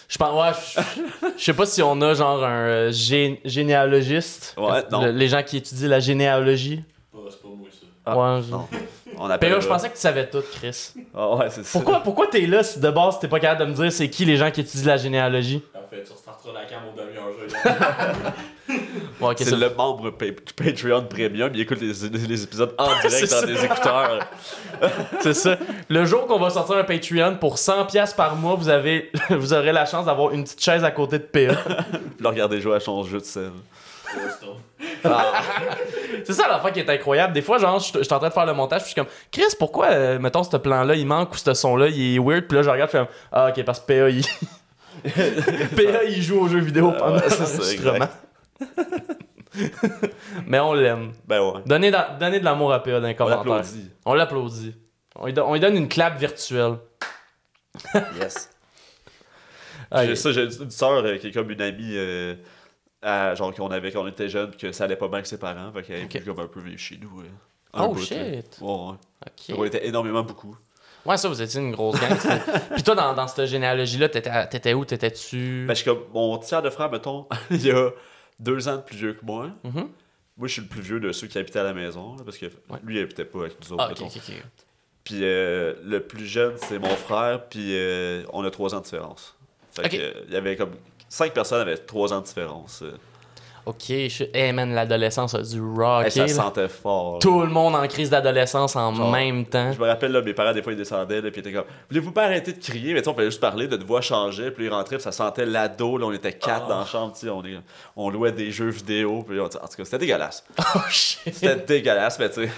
Je pense, ouais, je- je sais pas si on a genre un euh, gé- généalogiste. Ouais, non. Le- les gens qui étudient la généalogie. Pas- C'est pas moi ça. Ah, ouais. je- Non. On Mais appelle. Ben là, je pensais que tu savais tout, Chris. Ah ouais, c'est ça. Pourquoi, pourquoi t'es là si de base t'es pas capable de me dire c'est qui les gens qui étudient la généalogie? Parfait, tu restarteras la cam au demi-heure jeu. Ouais, ok, C'est ça- le membre pa- Patreon Premium, il écoute les, les- les épisodes en direct c'est dans ça. des écouteurs. c'est ça. Le jour qu'on va sortir un Patreon pour 100$ piastres par mois, vous, avez, vous aurez la chance d'avoir une petite chaise à côté de PA. Puis le regarder jouer à son jeu de scène. C'est ça l'affaire qui est incroyable. Des fois, genre, je je suis en train de faire le montage, puis je suis comme, Chris, pourquoi, euh, mettons, ce plan-là, il manque ou ce son-là, il est weird, puis là, je regarde, je suis comme, ah, ok, parce que PA, il. PA, il joue aux jeux vidéo Ah, pendant ouais, c'est ça, l'enregistrement. Mais on l'aime. Ben ouais. Donnez, dans- donnez de l'amour à PA dans les On commentaires. l'applaudit. On l'applaudit. On, lui don- on lui donne une clap virtuelle. Yes. Ah, J'ai il- ça, j'ai une sœur euh, qui est comme une amie, euh, à- genre qu'on avait quand on était jeune, puis que ça allait pas bien avec ses parents, fait qu'elle est Ok. venue comme un peu vivre chez nous. euh, un Oh bout, là. shit! Ouais, ouais. Ok. On était énormément beaucoup. Ouais, ça, vous étiez une grosse gang. c'était- Puis toi, dans, dans cette généalogie-là, t'étais à- t'étais où? T'étais-tu. Ben, je suis comme, mon tiers de frère, mettons, il y a deux ans de plus vieux que moi. Mhm. Moi, je suis le plus vieux de ceux qui habitaient à la maison, là, parce que lui, il habitait pas avec nous autres. Ah, ok, mettons. ok, ok. Puis euh, le plus jeune, c'est mon frère, puis euh, on a trois ans de différence. Fait Ok. que, euh, il y avait comme cinq personnes avec trois ans de différence. euh. Ok, je... hey man, l'adolescence a du rock. Hey, ça sentait fort. là. Tout le monde en crise d'adolescence en Genre, même temps. Je me rappelle, là, mes parents, des fois, ils descendaient, là, puis ils étaient comme Voulez-vous pas arrêter de crier Mais tu sais, on pouvait juste parler, notre voix changeait, puis ils rentraient, puis ça sentait l'ado, là, on était Ah. quatre dans la chambre, tu sais, on, est- on louait des jeux vidéo, puis on- en tout cas, c'était dégueulasse. Oh shit. C'était dégueulasse, mais tu sais,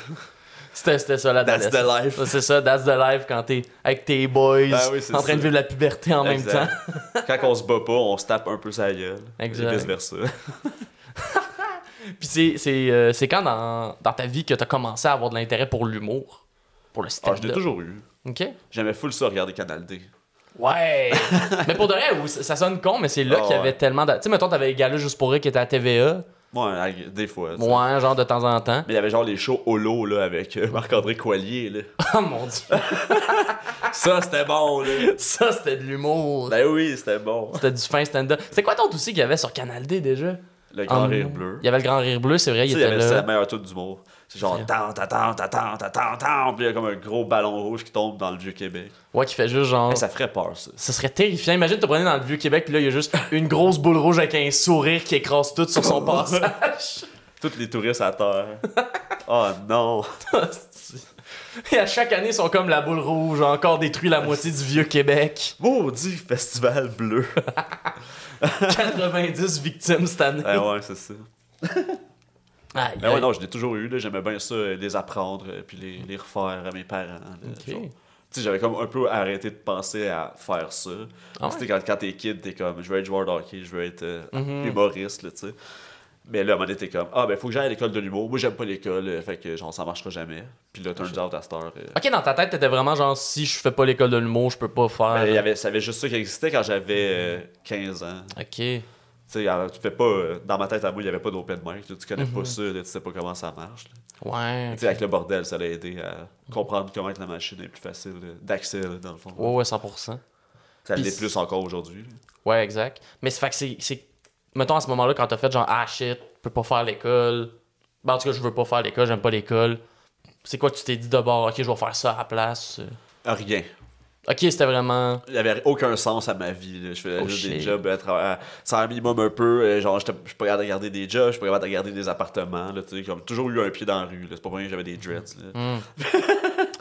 C'était c'était ça that's the l'adolescence. life. Ça, C'est ça, that's the life quand t'es avec tes boys, Ben oui, c'est en train ça. de vivre la puberté en même Exact. temps. Quand on se bat pas, on se tape un peu sa gueule. Exact. Et vice versa. Puis c'est- c'est euh, c'est quand dans, dans ta vie que t'as commencé à avoir de l'intérêt pour l'humour, pour le Ah, stand-up. je l'ai toujours eu. Ok. J'aimais full ça, regarder Canal D. Ouais. mais pour de vrai, oui, ça ça sonne con, mais c'est là Ah, qu'il y avait ouais. tellement. De... Tu sais, mettons, t'avais les gars juste pour rire qui était à TVA. Moi, des fois. tu sais. Ouais, genre de temps en temps. Mais il y avait genre les shows holo là, avec euh, Marc-André Coallier. Là. oh mon dieu, Ça, c'était bon. Là. ça c'était de l'humour. Ben oui, c'était bon. C'était du fin stand-up. C'était quoi d'autre aussi qu'il y avait sur Canal D déjà Le grand En- rire bleu. Il y avait le Grand Rire Bleu, c'est vrai, Tu il sais, il y était avait- C'était la là. meilleure toute d'humour. C'est genre C'est- tant, tant, tant, tant, tant, tant, tant, tant. Puis il y a comme un gros ballon rouge qui tombe dans le vieux Québec. Ouais, qui fait juste genre. Hey, ça ferait peur, ça. Ce serait terrifiant. Imagine, te prenais dans le vieux Québec, puis là, il y a juste une grosse boule rouge avec un sourire qui écrase tout sur son passage. Tous les touristes à terre. oh non. Hostie. Et à chaque année, ils sont comme la boule rouge, a encore détruit la moitié du vieux Québec. Maudit festival bleu. 90 victimes cette année. ben ouais, c'est ça. Aïe, Ben ouais, aïe. non, je l'ai toujours eu. là. J'aimais bien ça, euh, les apprendre, euh, puis les, les refaire à mes parents. là, Ok. genre. Tu sais, j'avais comme un peu arrêté de penser à faire ça. Ah Tu sais, quand, quand t'es kid, t'es comme, je veux être joueur de hockey, je veux être euh, Mhm. humoriste, là, tu sais. Mais là, à un moment donné, t'es comme, ah, ben, faut que j'aille à l'école de l'humour. Moi, j'aime pas l'école, euh, fait que, genre, ça marchera jamais. Puis là, turns out à cette heure. euh, Ok, dans ta tête, t'étais vraiment genre, si je fais pas l'école de l'humour, je peux pas faire. ben, il y avait, ça avait juste ça qui existait quand Mhm. j'avais euh, 15 ans. Ok. Tu sais, alors, tu fais pas, euh, dans ma tête à moi, il y avait pas d'open mic. là. Tu connais Mhm. pas ça, là, tu sais pas comment ça marche. là. Ouais. Tu sais, avec le bordel, ça l'a aidé à comprendre comment que la machine est plus facile euh, d'accès, là, dans le fond. Ouais, ouais, 100%. Ça l'est Oh. Puis- plus encore aujourd'hui. là. Ouais, exact. Mais c'est fait que c'est- c'est. Mettons à ce moment-là, quand t'as fait genre Ah shit, je peux pas faire l'école. Ben, en tout cas, je veux pas faire l'école, j'aime pas l'école. C'est quoi, tu t'es dit de bord, ok, je vais faire ça à la place. euh. Ah, Rien. Ok, c'était vraiment. Il n'y avait aucun sens à ma vie. là. Je faisais Oh, juste des shit. jobs à travers, sans un minimum un peu. euh, Genre, j'étais- je suis pas capable de garder des jobs, je suis pas capable de garder des appartements. Là, tu sais, comme toujours eu un pied dans la rue. là. Mm. C'est pas pour rien que j'avais des dreads. là.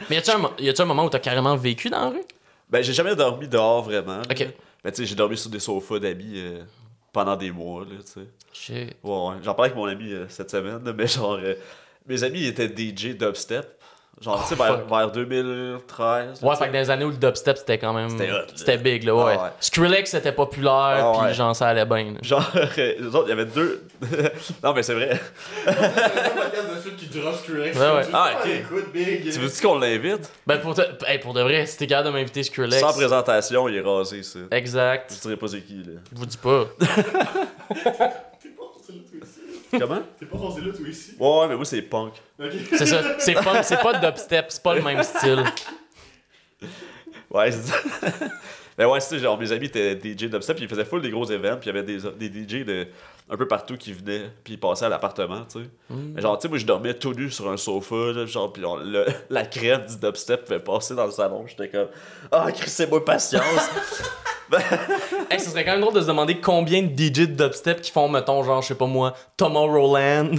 Mais y a-tu un, mo- y a-tu un moment où t'as carrément vécu dans la rue Ben, j'ai jamais dormi dehors vraiment. là. Ok. Mais tu sais, j'ai dormi sur des sofas d'amis euh, pendant des mois, là, tu sais. Shit. Ouais, ouais. J'en parlais avec mon ami euh, cette semaine, là, mais genre, euh, mes amis ils étaient DJ dubstep. Genre, tu sais, Oh, vers, fuck. vers 2013. là, Ouais, tu sais. fait que dans les années où le dubstep c'était quand même. C'était hot, là. C'était big, là, ouais. Ah ouais. Skrillex c'était populaire, Ah puis ouais. genre ça allait bien. là. Genre, euh, eux autres, il y avait deux. non, mais c'est vrai. C'est un podcast de ceux qui drop Skrillex. Ouais, ouais. Tu Ah, fais, ok. Écoute, big. Tu veux-tu qu'on l'invite Ben pour, te- hey, pour de vrai, si t'es capable de m'inviter Skrillex. Sans présentation, il est rasé, ça. Je Exact. dirais pas c'est qui, là. Je vous dis pas. T'es pas rendu là, toi, ici. Comment T'es pas rendu là, toi, ici. Ouais, ouais, mais moi, c'est punk. Ok. C'est ça. C'est pas, c'est pas dubstep, c'est pas le même style. Ouais, c'est ça. Mais ouais, c'est ça, genre, mes amis étaient DJ dubstep, puis ils faisaient full des gros événements, puis il y avait des, des DJ de un peu partout qui venaient, puis ils passaient à l'appartement, tu sais. Hmm. Mais genre, tu sais, moi, je dormais tout nu sur un sofa, là, genre, puis on- le- la crème du dubstep fait passer dans le salon, j'étais comme « Ah, Chris, c'est moi patience! Hey, ce serait quand même drôle de se demander combien de DJ de dubstep qui font, mettons, genre, je sais pas moi, Tomorrowland.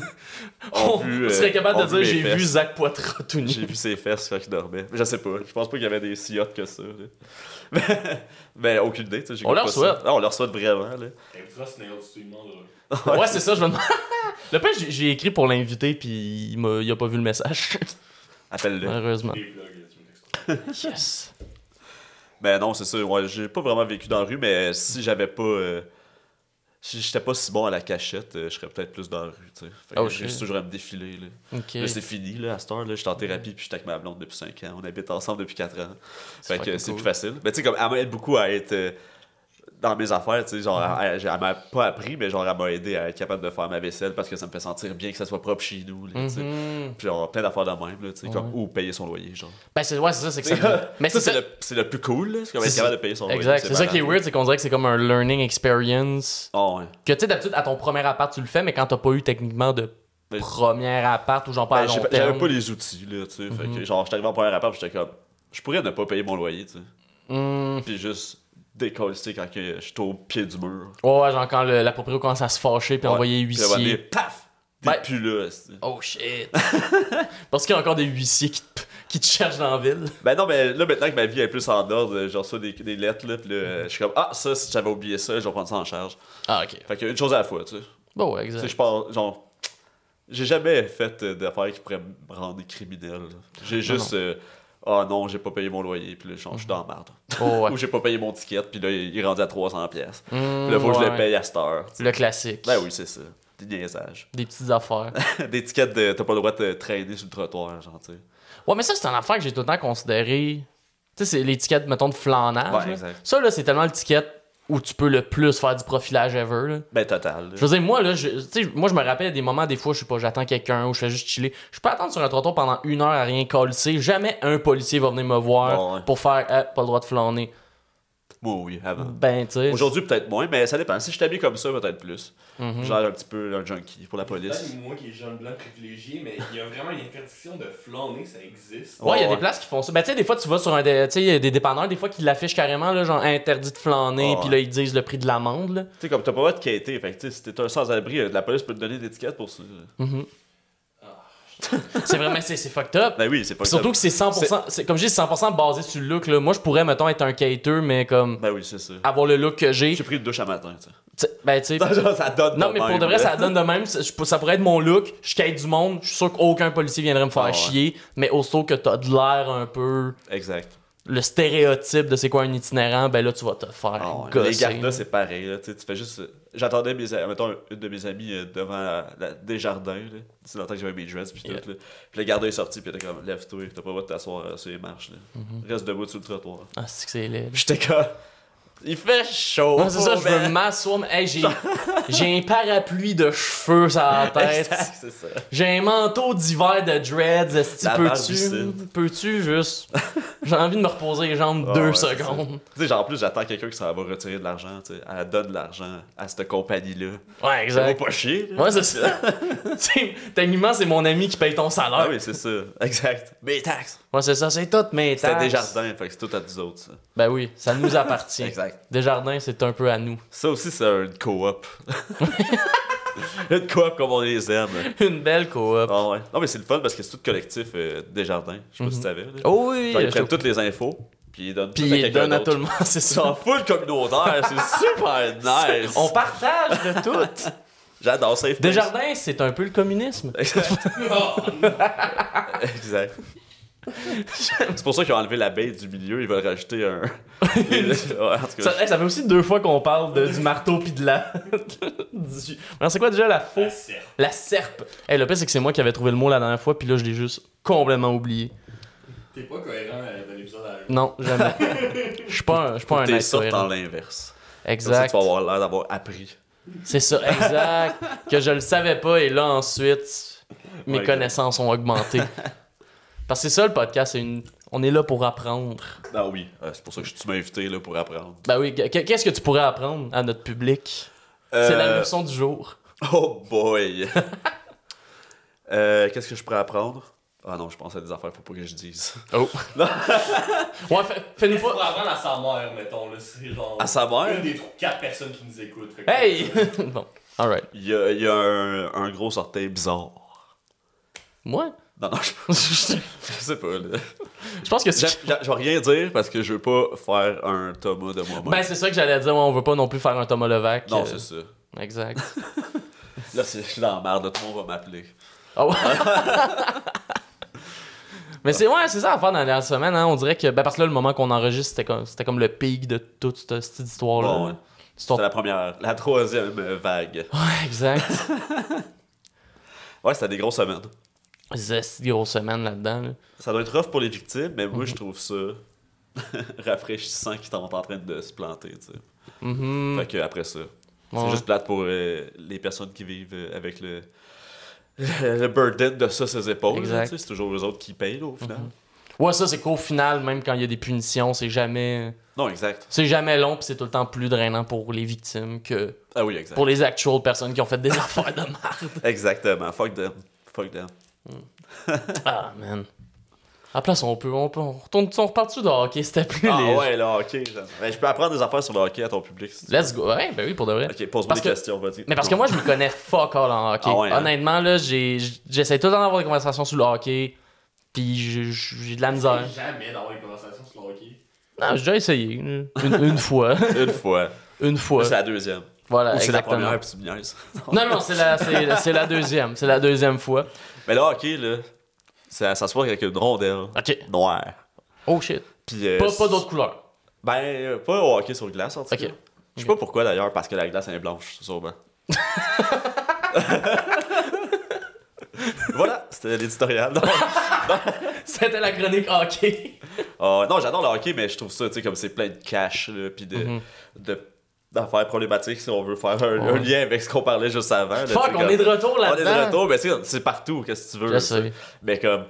Ont on vu, euh, serait capable ont de dire vu j'ai mes vu fesses. Zach Poitras tout » nu. J'ai vu ses fesses quand il dormait. Je sais pas, je pense pas qu'il y avait des si hot que ça, là. Mais, mais aucune idée, tu sais, On j'écoute leur pas ça. souhaite. Ah, on leur souhaite vraiment, là. T'inviteras Snail, tu lui demandes. là. Ouais, c'est ça, je me demande. Le pire, j'ai- j'ai écrit pour l'inviter, puis il, m'a- il a pas vu le message, Appelle-le. malheureusement. Des vlogs, là, tu me textes. Yes. Ben non, c'est ça. Ouais, j'ai pas vraiment vécu dans la rue, mais si j'avais pas. euh, si j'étais pas si bon à la cachette, euh, je serais peut-être plus dans la rue, tu sais. Fait que Oh, j'ai shit. juste toujours à me défiler, là. Ok. Là, c'est fini, là, à cette heure, là. J'étais en thérapie, puis j'étais avec ma blonde depuis 5 ans. On habite ensemble depuis 4 ans. C'est Fait que fucking c'est cool. plus facile. Mais tu sais, comme, elle m'aide beaucoup à être. euh, dans mes affaires, tu sais, genre, Mm-hmm. elle, elle- elle m'a pas appris, mais genre, elle m'a aidé à être capable de faire ma vaisselle parce que ça me fait sentir bien que ça soit propre chez nous, là, tu sais. Mhm. Puis genre, plein d'affaires de même, là, tu sais, comme, Ouais. ou payer son loyer, genre. Ben, c'est ouais, c'est ça, c'est que ça. Mais Ça, c'est c'est ça. le, c'est le plus cool, là, c'est comme être C'est- capable de payer son loyer. Exact. C'est ça malade, qui est là. weird, c'est qu'on dirait que c'est comme un learning experience. Ah ouais. Que tu sais, d'habitude, à ton premier appart, tu le fais, mais quand t'as pas eu techniquement de Ben, premier appart ou j'en parle Ben, j'ai à long pas- J'avais terme. Mhm. pas les outils, là, tu sais. Fait que, genre, j'étais arrivé en première appart, j'étais comme, je pourrais ne pas payer mon loyer, tu sais. Hmm. Puis juste décoller, quand que je suis au pied du mur. Ouais, ouais, genre quand le, la proprio commence à se fâcher puis Ouais. envoyer Puis là, huissier. ben, paf! T'es Ben- plus là, c'est- Oh shit! Parce qu'il y a encore des huissiers qui te, qui te cherchent dans la ville. Ben non, mais là, maintenant que ma vie est plus en ordre, genre, ça, des, des lettres, là, puis là, je suis comme, ah, ça, si j'avais oublié ça, je vais prendre ça en charge. Ah, ok. Fait que, une chose à la fois, tu sais. Bon, ouais, Tu sais, exact. je pense, genre, j'ai jamais fait euh, d'affaires qui pourraient me rendre criminel. là. J'ai juste, euh, ah non, j'ai pas payé mon loyer, puis là, genre, je suis dans la merde. Oh, ouais. Ou j'ai pas payé mon ticket, puis là, il est rendu à 300$. pièces Hmm, Là, faut que je le ouais. paye à cette heure. Le classique. Ben oui, c'est ça. Des niaisages. Des petites affaires. Des tickets de t'as pas le droit de te traîner sur le trottoir, genre, tu sais. Ouais, mais ça, c'est une affaire que j'ai tout le temps considéré. Tu sais, c'est l'étiquette, mettons, de flanage. Ouais, là. exact. Ça, là, c'est tellement l'étiquette où tu peux le plus faire du profilage ever. là. Ben total. là. Je veux dire, moi, là, je, tu sais, moi, je me rappelle des moments, des fois, je sais pas, j'attends quelqu'un ou je fais juste chiller. Je peux attendre sur un trottoir pendant une heure à rien coller. Jamais un policier va venir me voir Bon, ouais. pour faire Ah, pas le droit de flâner. Oui, oui, avant. Ben, tu sais. Aujourd'hui, peut-être moins, mais ça dépend. Si je t'habille comme ça, peut-être plus. Mm-hmm. Genre un petit peu un junkie pour la police. Peut-être moi qui est jeune blanc privilégié, mais il y a vraiment une interdiction de flâner, ça existe. Ouais, il Ouais, y a des ouais. places qui font ça. Ben, tu sais, des fois, tu vas sur un. dé- Tu sais, il y a des dépanneurs, des fois, qui l'affichent carrément, là, genre interdit de flâner, Ouais. puis là, ils disent le prix de l'amende, là. Tu sais, comme t'as pas le droit de quêter, fait que tu sais, si t'es un sans-abri, euh, la police peut te donner des tickets pour ça. C'est vraiment, c'est c'est fucked up. Ben oui, c'est pas Puis surtout que c'est 100%, c'est- comme je dis, c'est 100% basé sur le look, là. Moi, je pourrais, mettons, être un cater, mais comme. Ben oui, c'est ça. Avoir le look que j'ai. J'ai pris une douche à matin, tu sais. t'sais- Ben, tu sais. Genre, ça donne Non, mais pour même, de vrai, là. ça donne de même. Ça, je- ça pourrait être mon look. Je quête du monde. Je suis sûr qu'aucun policier viendrait me faire Ah ouais. chier. Mais aussitôt que t'as de l'air un peu. Exact. Le stéréotype de c'est quoi un itinérant, ben là, tu vas te faire Ah ouais, gosser. les gardes-là, c'est pareil. Là, tu sais, tu fais juste. J'attendais mes, a- mettons, une de mes amies euh, devant la, la- Desjardins. là. C'est longtemps que j'avais mes dresses. Puis, tout, Yeah. là. puis le gardien est sorti. Puis il était comme Lève-toi, t'as pas le droit de t'asseoir euh, sur les marches. Là. Mm-hmm. Reste debout sur le trottoir. Ah, c'est que c'est laid. Puis j'étais comme Il fait chaud. Ouais, c'est ça, je veux man. m'asseoir. mais- Hey, j'ai j'ai un parapluie de cheveux sur la tête. Exact, c'est ça. J'ai un manteau d'hiver de dreads. Est-ce La que barbicide. peux-tu peux-tu juste J'ai envie de me reposer les jambes Ah, deux ouais, c'est secondes. ça. Tu sais, genre, en plus, j'attends quelqu'un qui s'en va retirer de l'argent. tu sais. Elle donne de l'argent à cette compagnie-là. Ouais, Ça va exact. pas chier. là. Ouais, c'est ça. C'est- Techniquement, c'est mon ami qui paye ton salaire. Ah oui, c'est ça. Exact. Mes taxes. Ouais, c'est ça, c'est tout, mais C'était Desjardins. Fait que c'est tout à nous autres, ça. Ben oui, ça nous appartient. Exact. Desjardins, c'est un peu à nous. Ça aussi, c'est une coop. une coop comme on les aime. Une belle coop. Ah ouais. Non, mais c'est le fun parce que c'est tout collectif euh, Desjardins. Je sais pas si tu savais. là. Oh oui, Genre, ils je- prennent toutes les infos, Puis il donne Puis tout à il quelqu'un donne à d'autre. tout le monde, c'est Ils ça. sont full communautaire, c'est super nice. On partage de tout. J'adore Safe Place. Desjardins, c'est un peu le communisme. Exact. c'est pour ça qu'ils ont enlevé l'abeille du milieu, ils veulent rajouter un. Ouais, en tout cas, Ça, hey, ça fait aussi deux fois qu'on parle de- du marteau puis de la. du- Alors, c'est quoi déjà la faux? La serpe. La serpe. Hey, le pire, c'est que c'est moi qui avais trouvé le mot la dernière fois, puis là, je l'ai juste complètement oublié. T'es pas cohérent euh, de l'épisode à Non, jamais. Je suis pas un, je suis pas un T'es être sûr cohérent. dans l'inverse. Comme ça, tu Exact. vas avoir l'air d'avoir appris. C'est ça, exact. que je le savais pas, et là, ensuite, mes Ouais, connaissances ont augmenté. Parce que c'est ça, le podcast, c'est une... On est là pour apprendre. Ah oui, euh, c'est pour ça que je- tu m'as invité là, pour apprendre. Ben oui, que- qu'est-ce que tu pourrais apprendre à notre public? C'est la Euh, leçon du jour. Oh boy! Euh, Qu'est-ce que je pourrais apprendre? Ah non, je pense à des affaires, faut pas que je dise. Oh. ouais, fais- fais-nous Pour pas. apprendre à sa mère, mettons, là, c'est genre. À sa Une mère, des trois- quatre personnes qui nous écoutent. fait que- Hey! bon, alright. il y a, il y a un, un gros orteil bizarre. Moi? Non, non, je, je je sais pas. là. je pense que J'a- c'est. j'a- Je vais rien dire parce que je veux pas faire un Thomas de moi-même. Ben, c'est ça que j'allais dire. ouais, On veut pas non plus faire un Thomas Levac. non, euh, c'est ça. Exact. Là, c'est- je suis dans la merde, là, tout le monde va m'appeler. Ah ouais. Mais c'est ouais, c'est ça à faire dans la dernière semaine. Hein. On dirait que. Ben, parce que là, le moment qu'on enregistre, c'était comme, c'était comme le pic de toute cette, cette histoire-là. Bon, ouais. Histoire- C'était la première, la troisième euh, vague. Ouais, exact. Ouais, c'était des grosses semaines. c'est une grosse semaine là-dedans. là. Ça doit être rough pour les victimes, mais moi, Mhm. je trouve ça rafraîchissant qu'ils sont en train de se planter, tu sais. Mhm. Fait que après ça, Ouais. c'est juste plate pour euh, les personnes qui vivent euh, avec le, le burden de ça, ses épaules. Exact. Mm-hmm. là, tu sais, C'est toujours eux autres qui payent, là, au final. Ouais, ça, c'est qu'au final, même quand il y a des punitions, c'est jamais. Non, exact. C'est jamais long, puis c'est tout le temps plus drainant pour les victimes que Ah oui, exact. pour les actual personnes qui ont fait des affaires de merde. Exactement. Fuck them. Fuck them. Ah, man. À place, on peut. On, peut, on, retourne, on repart-tu de hockey, c'était plus Ah léger. ouais, là, ok. Ben, je peux apprendre des affaires sur le hockey à ton public. si tu veux. Let's go. Ouais, ben oui, pour de vrai. Ok, pose-moi Parce des que- questions, vas-y. Mais parce que moi, je me connais fuck all en hockey. Ah ouais, hein? Honnêtement, là, j'ai- j'essaie tout le temps d'avoir des conversations sur le hockey, puis j'ai- j'ai de la misère. Jamais d'avoir une conversation sur le hockey. Non, j'ai déjà essayé. Une, une fois. Une fois. Une fois. C'est la deuxième. Voilà, Ou c'est la exactement. première, puis tu me niaises. non, non, c'est la, c'est la- c'est la deuxième. C'est la deuxième fois. Mais là, ok, là, ça, ça se voit avec une rondelle OK. noire. Oh shit. Puis, euh, Pas, pas d'autres couleurs. Ben, euh, pas au hockey sur glace, en tout Ok. cas. Je sais pas pourquoi d'ailleurs, parce que la glace elle est blanche, sûrement. voilà, c'était l'éditorial. Non, C'était la chronique hockey. Euh, non, j'adore le hockey, mais je trouve ça, tu sais, comme c'est plein de cash, là, puis de, Mhm. de- d'affaires problématiques si on veut faire un, un Ouais. lien avec ce qu'on parlait juste avant. là, tu Fuck, sais, on comme- est de retour On est là-dedans. de retour, mais c'est, c'est partout, qu'est-ce que tu veux. Je là, sais. tu sais. Mais comme,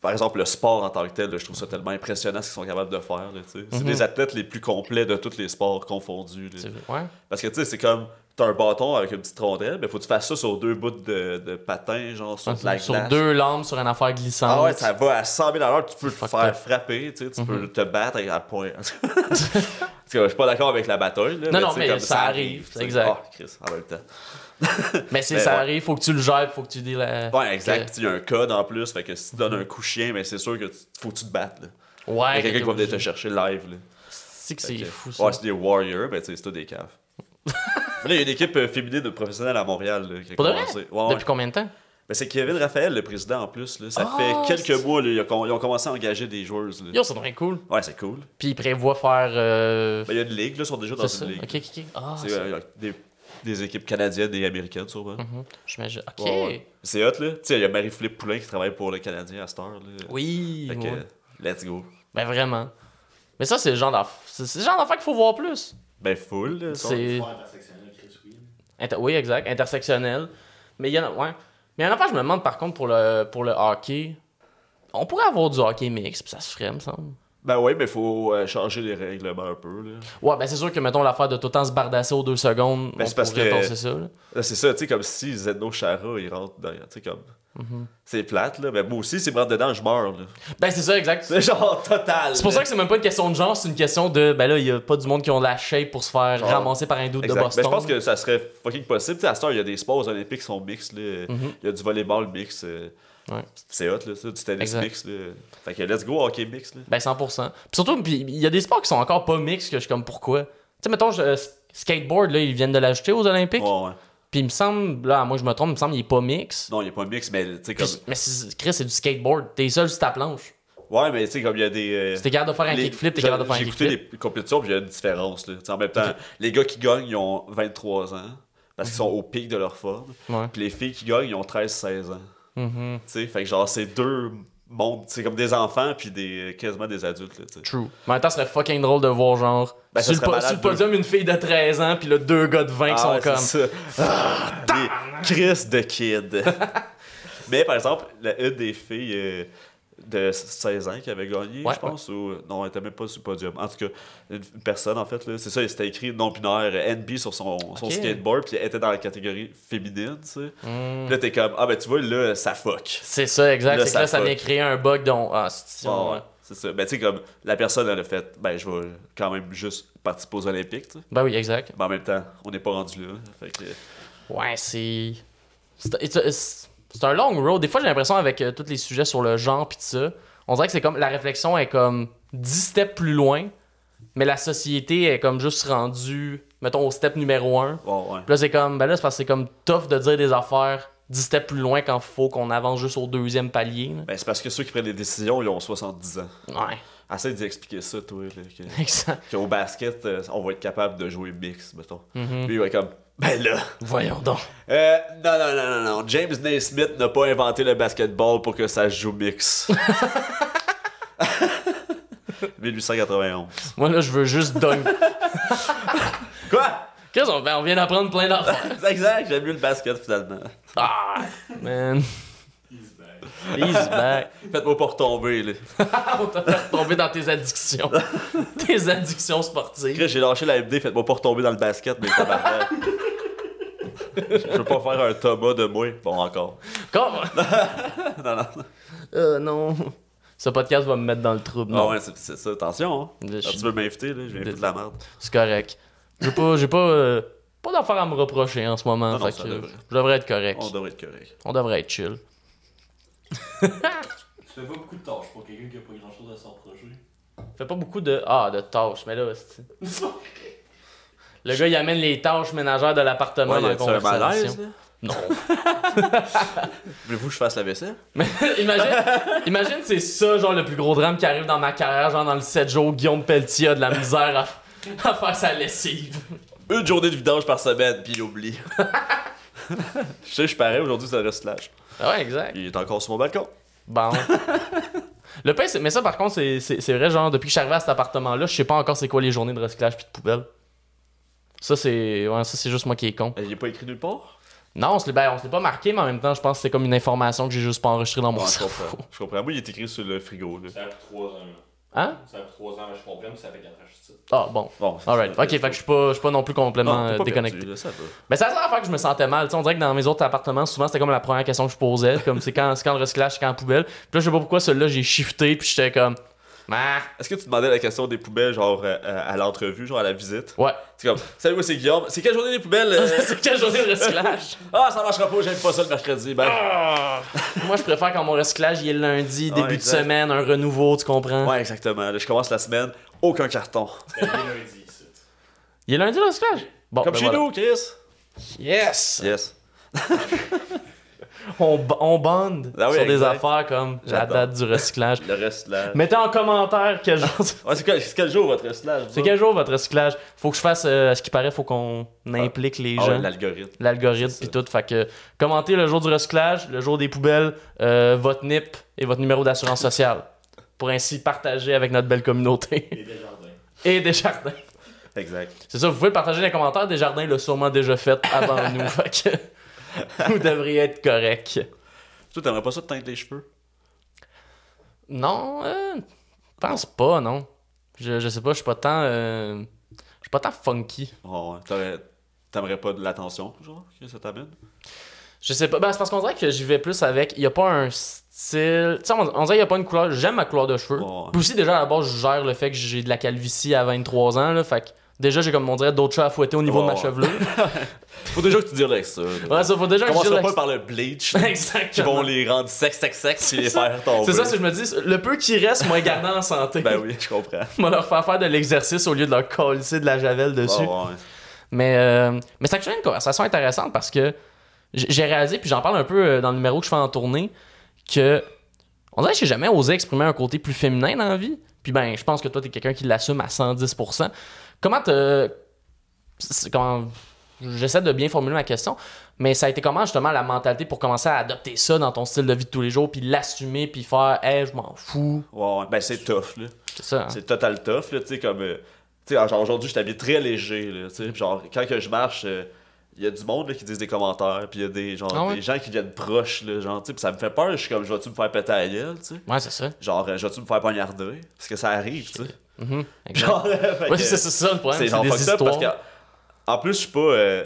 par exemple, le sport en tant que tel, là, je trouve ça tellement impressionnant ce qu'ils sont capables de faire. là, tu sais. C'est Mhm. les athlètes les plus complets de tous les sports confondus. là. C'est vrai. Ouais. Parce que, tu sais, c'est comme, t'as un bâton avec une petite rondelle, mais faut que tu fasses ça sur deux bouts de, de patin, genre sur de la Ah, sur glace. deux lames, sur une affaire glissante. Ah ouais, ça va à 100 000 à l'heure, tu peux te Fucked faire up. frapper, tu sais, tu Mhm. peux te battre à point. Parce que je suis pas d'accord avec la bataille, là, Non, non, tu sais, mais comme ça arrive, tu sais. exact. Ah, Chris, en même temps. Mais c'est Mais ben ça ouais. arrive, faut que tu le gères, faut que tu dis la. Ouais, exact. Puis Il y a un code en plus, fait que si tu donnes un coup chien, mais c'est sûr que tu- faut que tu te battes. Là. Ouais. Il y a quelqu'un qui va venir t'es te chercher live. Là. C'est que Fait c'est que- fou ça. Ouais, c'est des Warriors, mais tu sais, c'est tout des caves. mais là, il y a une équipe euh, féminine de professionnels à Montréal là, qui a Pour de vrai? commencé. Ouais, ouais. Depuis combien de temps Mais c'est Kevin Raphaël, le président en plus. Là. Ça Ah, fait quelques c'est- mois, là, ils, ont, com- ils ont commencé à engager des joueuses. là. Yo, c'est très cool. Ouais, c'est cool. Puis il prévoit faire. euh, Ben, il y a une ligue, là, ils sont déjà dans C'est une ça. ligue. Ok, ok, ok. Ah, C'est, c'est- euh, il y a des, des équipes canadiennes et américaines, sûrement. Mhm. J'imagine. Ok. Ouais, ouais. C'est hot, là. Tu sais, il y a Marie-Philippe Poulain qui travaille pour le Canadien à cette heure. Là. Oui. Fait que, ouais. let's go. Ben vraiment. Mais ça, c'est le genre d'affaire. C'est c'est le genre d'affaire qu'il faut voir plus. Ben, full, là. sont- C'est. Faire intersectionnel, Chris, oui. Inter- oui, exact. Intersectionnel. Mais il y en a. Ouais. Mais il y en a pas, je me demande par contre pour le, pour le hockey. On pourrait avoir du hockey mix, puis ça se ferait, me semble. Ben oui, mais faut euh, changer les règlements un peu. Là, Ouais, ben c'est sûr que mettons l'affaire de tout le temps se bardasser aux deux secondes. Ben, on c'est parce pourrait que- tasser ça. là. Là, c'est ça, tu sais, comme si Zeno Chara, il rentre dedans. Tu sais, comme. Mhm. C'est plate, là. Mais moi aussi, s'il me rentre dedans, je meurs, là. Ben c'est ça, exact. C'est genre total. C'est pour ça que c'est même pas une question de genre, c'est une question de. Ben là, il y a pas du monde qui ont la shape pour se faire Genre. ramasser par un doute de Ah. Exact. Boston. Ben, je pense que Mhm. ça serait fucking possible. Tu sais, à cette heure, il y a des sports olympiques qui sont mixtes, là. Il y a du volleyball mix. euh, Ouais. C'est hot, là, ça, du tennis Exact. mix. Là. Fait que let's go, hockey mix. Là. Ben 100%. Puis surtout, puis il y a des sports qui sont encore pas mixtes que je suis comme pourquoi. Tu sais, mettons, je- euh, skateboard, là, ils viennent de l'ajouter aux Olympiques. Ouais, ouais. Puis il me semble, là, moi je me trompe, il me semble qu'il est pas mix. Non, il n'est pas mix, mais tu sais, comme. Puis- mais c'est- Chris, c'est du skateboard. T'es seul sur ta planche. Ouais, mais tu sais, comme il y a des. euh, Si t'es capable de faire un les- kickflip, t'es j'ai- capable de faire un J'ai écouté kickflip. les compétitions, puis il y a une différence. Là. Tu sais, En même temps, les gars qui gagnent, ils ont 23 ans, parce qu'ils sont Mhm. au pic de leur forme. Ouais. Puis les filles qui gagnent, ils ont 13-16 ans. Mhm. Tu sais, fait que genre, c'est deux mondes, c'est comme des enfants, puis des, quasiment des adultes. Là, tu sais. True. Mais en même temps, ce serait fucking drôle de voir genre. Ben, ça sur, le, serait po- malade sur le podium, une fille de 13 ans, puis là, deux gars de 20 qui sont Ah, ouais, comme. Ah, c'est ça. Ah, Des crises de kid. Mais par exemple, la, une des filles euh, de 16 ans qui avait gagné, Ouais, je pense, ou non, elle était même pas sur le podium. En tout cas, une, une personne, en fait, là, c'est ça, c'était écrit non-binaire euh, NB sur son, son Ok. skateboard, puis elle était dans la catégorie féminine, tu sais. Hmm. Puis Là, t'es comme, ah ben tu vois, là, ça fuck. C'est ça, exact. Là, c'est que ça là, ça fuck. vient créer un bug dont. Ah, c'est Ah, ouais. ouais, C'est ça. Ben, tu sais, comme la personne, elle a fait, ben, je vais quand même juste participer aux Olympiques, tu sais. Ben oui, exact. Mais en même temps, on n'est pas rendu là. Fait que, Ouais, c'est. C'est it's- it's- c'est un long road. Des fois, j'ai l'impression avec euh, tous les sujets sur le genre pis tout ça, on dirait que c'est comme la réflexion est comme 10 steps plus loin, mais la société est comme juste rendue, mettons, au step numéro 1. bon, ouais. Puis là, c'est comme, ben là, c'est parce que c'est comme tough de dire des affaires 10 steps plus loin quand faut qu'on avance juste au deuxième palier. là. Ben, c'est parce que ceux qui prennent les décisions, ils ont 70 ans. Ouais, Essaye d'expliquer ça, toi. Là, que- exact. qu'au basket, euh, on va être capable de jouer mix, mettons. Mhm. Puis il va être comme, ben là. Voyons donc. euh, non, non, non, non, non. James Naismith n'a pas inventé le basketball pour que ça se joue mix. 1891. Moi, là, je veux juste dunk. Quoi? Qu'est-ce qu'on ben, on vient d'apprendre plein d'affaires. C'est exact, j'aime mieux le basket finalement. Ah, man. He's back. He's back. Faites-moi pas retomber, là. On t'a fait tomber dans tes addictions. tes addictions sportives. Chris, j'ai lâché la MD, faites-moi pas retomber dans le basket, mais tabarnak. Je veux pas faire un Thomas de moi. Bon, encore. Ah Comme. Non, non. Euh, non. Ce podcast va me mettre dans le trouble. Ah Non, ouais, c'est c'est ça, attention. Hein. Je Quand suis- tu veux m'inviter, là, je viens de- foutre de la merde. c'est correct. J'ai pas, j'ai pas, euh, pas d'affaires à me reprocher en ce moment. Non, non, fait ça que, devrait. Je devrais être correct. On devrait être correct. On devrait être chill. Tu fais pas beaucoup de tâches pour quelqu'un qui a pas grand chose à s'en projeter. Fait pas beaucoup de. Ah, de tâches, mais là, c'est- Le gars, il amène les tâches ménagères de l'appartement dans la c'est un conversation. malaise, là? Non. Voulez-vous que je fasse la vaisselle? Mais imagine, imagine c'est ça, genre, le plus gros drame qui arrive dans ma carrière, genre, dans le 7 jours, Guillaume Pelletier a de la misère à, à faire sa lessive. Une journée de vidange par semaine, puis il oublie. je sais, je suis pareil, aujourd'hui, c'est le recyclage. Ah Ouais, exact. Il est encore sur mon balcon. Bon. Le pain, c'est- mais ça, par contre, c'est- c'est c'est vrai, genre, depuis que je suis arrivé à cet appartement-là, je sais pas encore c'est quoi les journées de recyclage puis de poubelle. Ça, c'est ouais, ça, c'est juste moi qui est con. Il n'est pas écrit nulle part? Non, on se l'est ben, on se l'est pas marqué, mais en même temps, je pense que c'est comme une information que j'ai juste pas enregistrée dans mon Ouais, je cerveau. comprends. Je comprends. Moi, il est écrit sur le frigo. Là. Ça a pris 3 ans. là. Hein? Ça a pris 3 ans, mais je comprends, mais ça fait 4 ans que je suis ici. Ah, bon. Bon, Alright. Ok, fait que je suis pas, je suis pas non plus complètement euh, déconnecté. Mais c'est la seule affaire que je me sentais mal. Tu sais, on dirait que dans mes autres appartements, souvent, c'était comme la première question que je posais. Comme c'est quand, c'est quand le recyclage, c'est quand la poubelle. Puis là, je sais pas pourquoi celui-là, j'ai shifté. Puis j'étais comme. Ah. Est-ce que tu demandais la question des poubelles, genre euh, à, à l'entrevue, genre à la visite? Ouais. C'est comme, salut, moi, c'est Guillaume. C'est quelle journée des poubelles? euh? c'est quelle journée de recyclage? ah, ça marchera pas, j'aime pas ça le mercredi. Ben, Moi, je préfère quand mon recyclage, il est le lundi, Ouais, début de exact. semaine, un renouveau, tu comprends? Ouais, exactement. Là, je commence la semaine, aucun carton. C'était bien lundi ici. Il est lundi, le recyclage? Bon, Comme ben chez voilà. nous, Chris. Yes! Yes. On, b- on bande Ah oui, sur des exact. affaires comme la J'adore. date du recyclage. Le recyclage. Mettez en commentaire quel jour... Ouais, c'est, quel, c'est quel jour votre recyclage? C'est quel jour votre recyclage? Faut que je fasse, euh, à ce qui paraît, faut qu'on implique les Ah ouais, gens. l'algorithme. l'algorithme C'est puis tout. Fait que commentez le jour du recyclage, le jour des poubelles, euh, votre NIP et votre numéro d'assurance sociale pour ainsi partager avec notre belle communauté Et des jardins. et Desjardins. Exact. C'est ça, vous pouvez le partager dans les commentaires. Desjardins l'a sûrement déjà fait avant nous. Fait que vous devriez être correct. Toi, t'aimerais pas ça te teindre les cheveux? Non, euh, pense pas, non. Je, je sais pas, je suis pas tant. euh, je suis pas tant funky. Oh, ouais. T'aurais- T'aimerais pas de l'attention, genre, que ça t'amène? Je sais pas. Ben, c'est parce qu'on dirait que j'y vais plus avec. Il y a pas un style. Tu sais, on, on dirait qu'il y a pas une couleur. J'aime ma couleur de cheveux. Oh, ouais. Puis aussi, déjà, à la base, je gère le fait que j'ai de la calvitie à 23 ans, là. Fait que Déjà, j'ai comme on dirait d'autres chats à fouetter au niveau de ma Oh. chevelure. Faut déjà que tu dises avec ça. Ouais, ça faut déjà que je Commence dise pas la- par le bleach qui Exactement. vont les rendre secs, secs, secs et les C'est ça. faire tomber. C'est ça, si je me dis, le peu qui reste, moi, gardant en santé. Ben oui, je comprends. Moi, leur faire faire de l'exercice au lieu de leur colisser de la javel dessus. Ah ouais. Mais, euh, mais c'est actuellement une conversation intéressante parce que j- j'ai réalisé, puis j'en parle un peu euh, dans le numéro que je fais en tournée, que on dirait que j'ai jamais osé exprimer un côté plus féminin dans la vie. Puis ben, je pense que toi, t'es quelqu'un qui l'assume à 110%. Comment te. c'est- Comment. J'essaie de bien formuler ma question, mais ça a été comment justement la mentalité pour commencer à adopter ça dans ton style de vie de tous les jours, puis l'assumer, puis faire, hey, je m'en fous. Ouais, ouais. Ben c'est tough, là. C'est ça. hein. C'est total tough, là, tu sais, comme... euh, tu sais, genre, aujourd'hui, je t'habille très léger, là, tu sais, puis genre, quand que je marche, euh, il y a du monde, là, qui disent des commentaires, puis il y a des, genre, Ah ouais? des gens qui viennent proches, là, genre, tu sais, puis ça me fait peur, je suis comme, je vais-tu me faire péter à gueule, tu sais? Ouais, c'est ça. Genre, euh, je vais-tu me faire poignarder? Parce que ça arrive, tu sais. Mhm. Exact. Genre, euh, fait Ouais, que- c'est c'est ça le problème. c'est C'est genre des fuck ça histoires. parce que en plus je suis pas euh,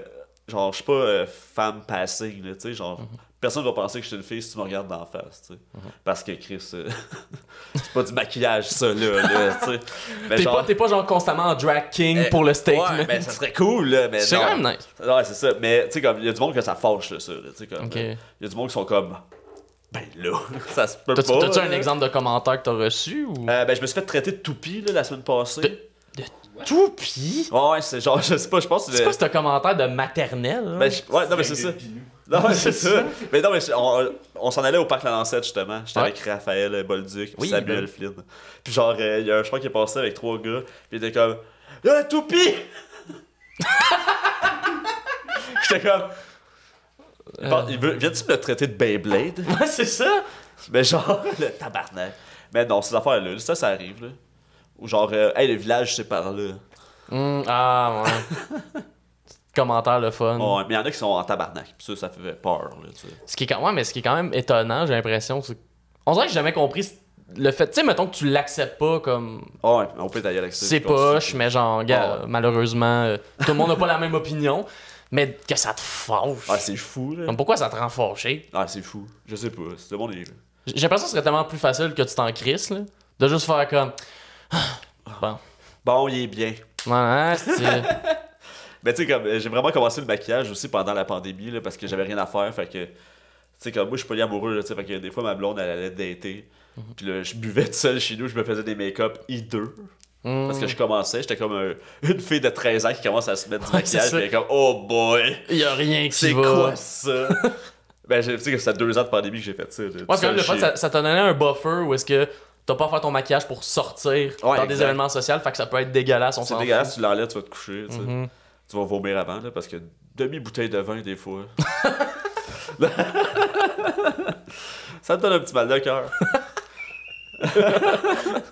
genre je suis pas euh, femme passing là, tu sais genre Mhm. personne va penser que je suis une fille si tu me regardes d'en face, tu sais. Parce que Chris euh, c'est pas du maquillage ça là, là, tu sais. Mais T'es genre pas, t'es pas genre constamment en drag king eh, pour le statement. Ouais, mais ça serait cool là, mais C'est non. quand même nice. Ouais, c'est ça, mais tu sais comme il y a du monde que ça fâche là, ça, là, tu sais comme Ok. euh, il y a du monde qui sont comme ben là, ça se peut T'as- pas. T'as-tu là. un exemple de commentaire que t'as reçu ou. Euh, ben je me suis fait traiter de toupie là, la semaine passée. De- Toupie? Ouais, ouais, c'est genre je sais pas, je pense que C'est quoi ce commentaire de maternelle? hein? Ben, je- ouais, non, mais c'est ça. Non, mais c'est ça. Mais non, mais c'est- on, on s'en allait au parc La Lancette, justement. J'étais Ouais. avec Raphaël euh, Bolduc, puis Oui, Samuel ben. Flynn. Puis genre, euh, il y a un chemin qui est passé avec trois gars, puis il était comme « Y'a la toupie! » J'étais comme Euh. Bon, il veut- Viens-tu me le traiter de Beyblade? Ouais, c'est ça? mais genre, le tabarnak. Mais non, ces affaires-là, ça, ça arrive, là. Ou genre, euh, Hey, le village, c'est par là. Hum, ah, ouais. commentaire le fun. Ouais, mais il y en a qui sont en tabarnak, puis ça, ça fait peur, là, tu sais. Ce qui est quand ouais, mais ce qui est quand même étonnant, j'ai l'impression. c'est- On dirait que j'ai jamais compris c- le fait. Tu sais, mettons que tu l'acceptes pas comme. Ah Ouais, on peut tailler avec ça. C'est puis on poche, mais genre, gars, Ouais. malheureusement, euh, tout le monde n'a pas la même opinion, mais que ça te fâche. Ah, c'est fou, là. Comme pourquoi ça te rend fâché? Ah, c'est fou. Je sais pas. C'est le monde est. J'ai l'impression que ce serait tellement plus facile que tu t'en crisses, là. De juste faire comme. Bon, il est bien. Ouais, hein, c'est. Mais tu sais, comme euh, j'ai vraiment commencé le maquillage aussi pendant la pandémie, là, parce que j'avais rien à faire. Fait que, tu sais, comme moi, je suis pas amoureux, là, tu sais. Fait que des fois, ma blonde, elle allait dater. Mhm. Puis là, je buvais tout seul chez nous, je me faisais des make-up hideux. Hmm. Parce que je commençais, j'étais comme un- une fille de 13 ans qui commence à se mettre du Ouais, c'est maquillage. ça. puis elle est comme, oh boy, Il y a rien qui c'est va. quoi ça? ben, j'ai- tu sais que ça fait deux ans de pandémie que j'ai fait ça. là, tout Ouais, c'est quand seul même le fait, chez- ça, ça t'a donné un buffer où est-ce que t'as pas à faire ton maquillage pour sortir dans des exact. événements sociaux, fait que ça peut être dégueulasse, on C'est s'en dégueulasse, fout. tu l'enlèves, tu vas te coucher. tu sais. Mhm. Tu vas vomir avant, là, parce que demi-bouteille de vin, des fois. ça me donne un petit mal de cœur.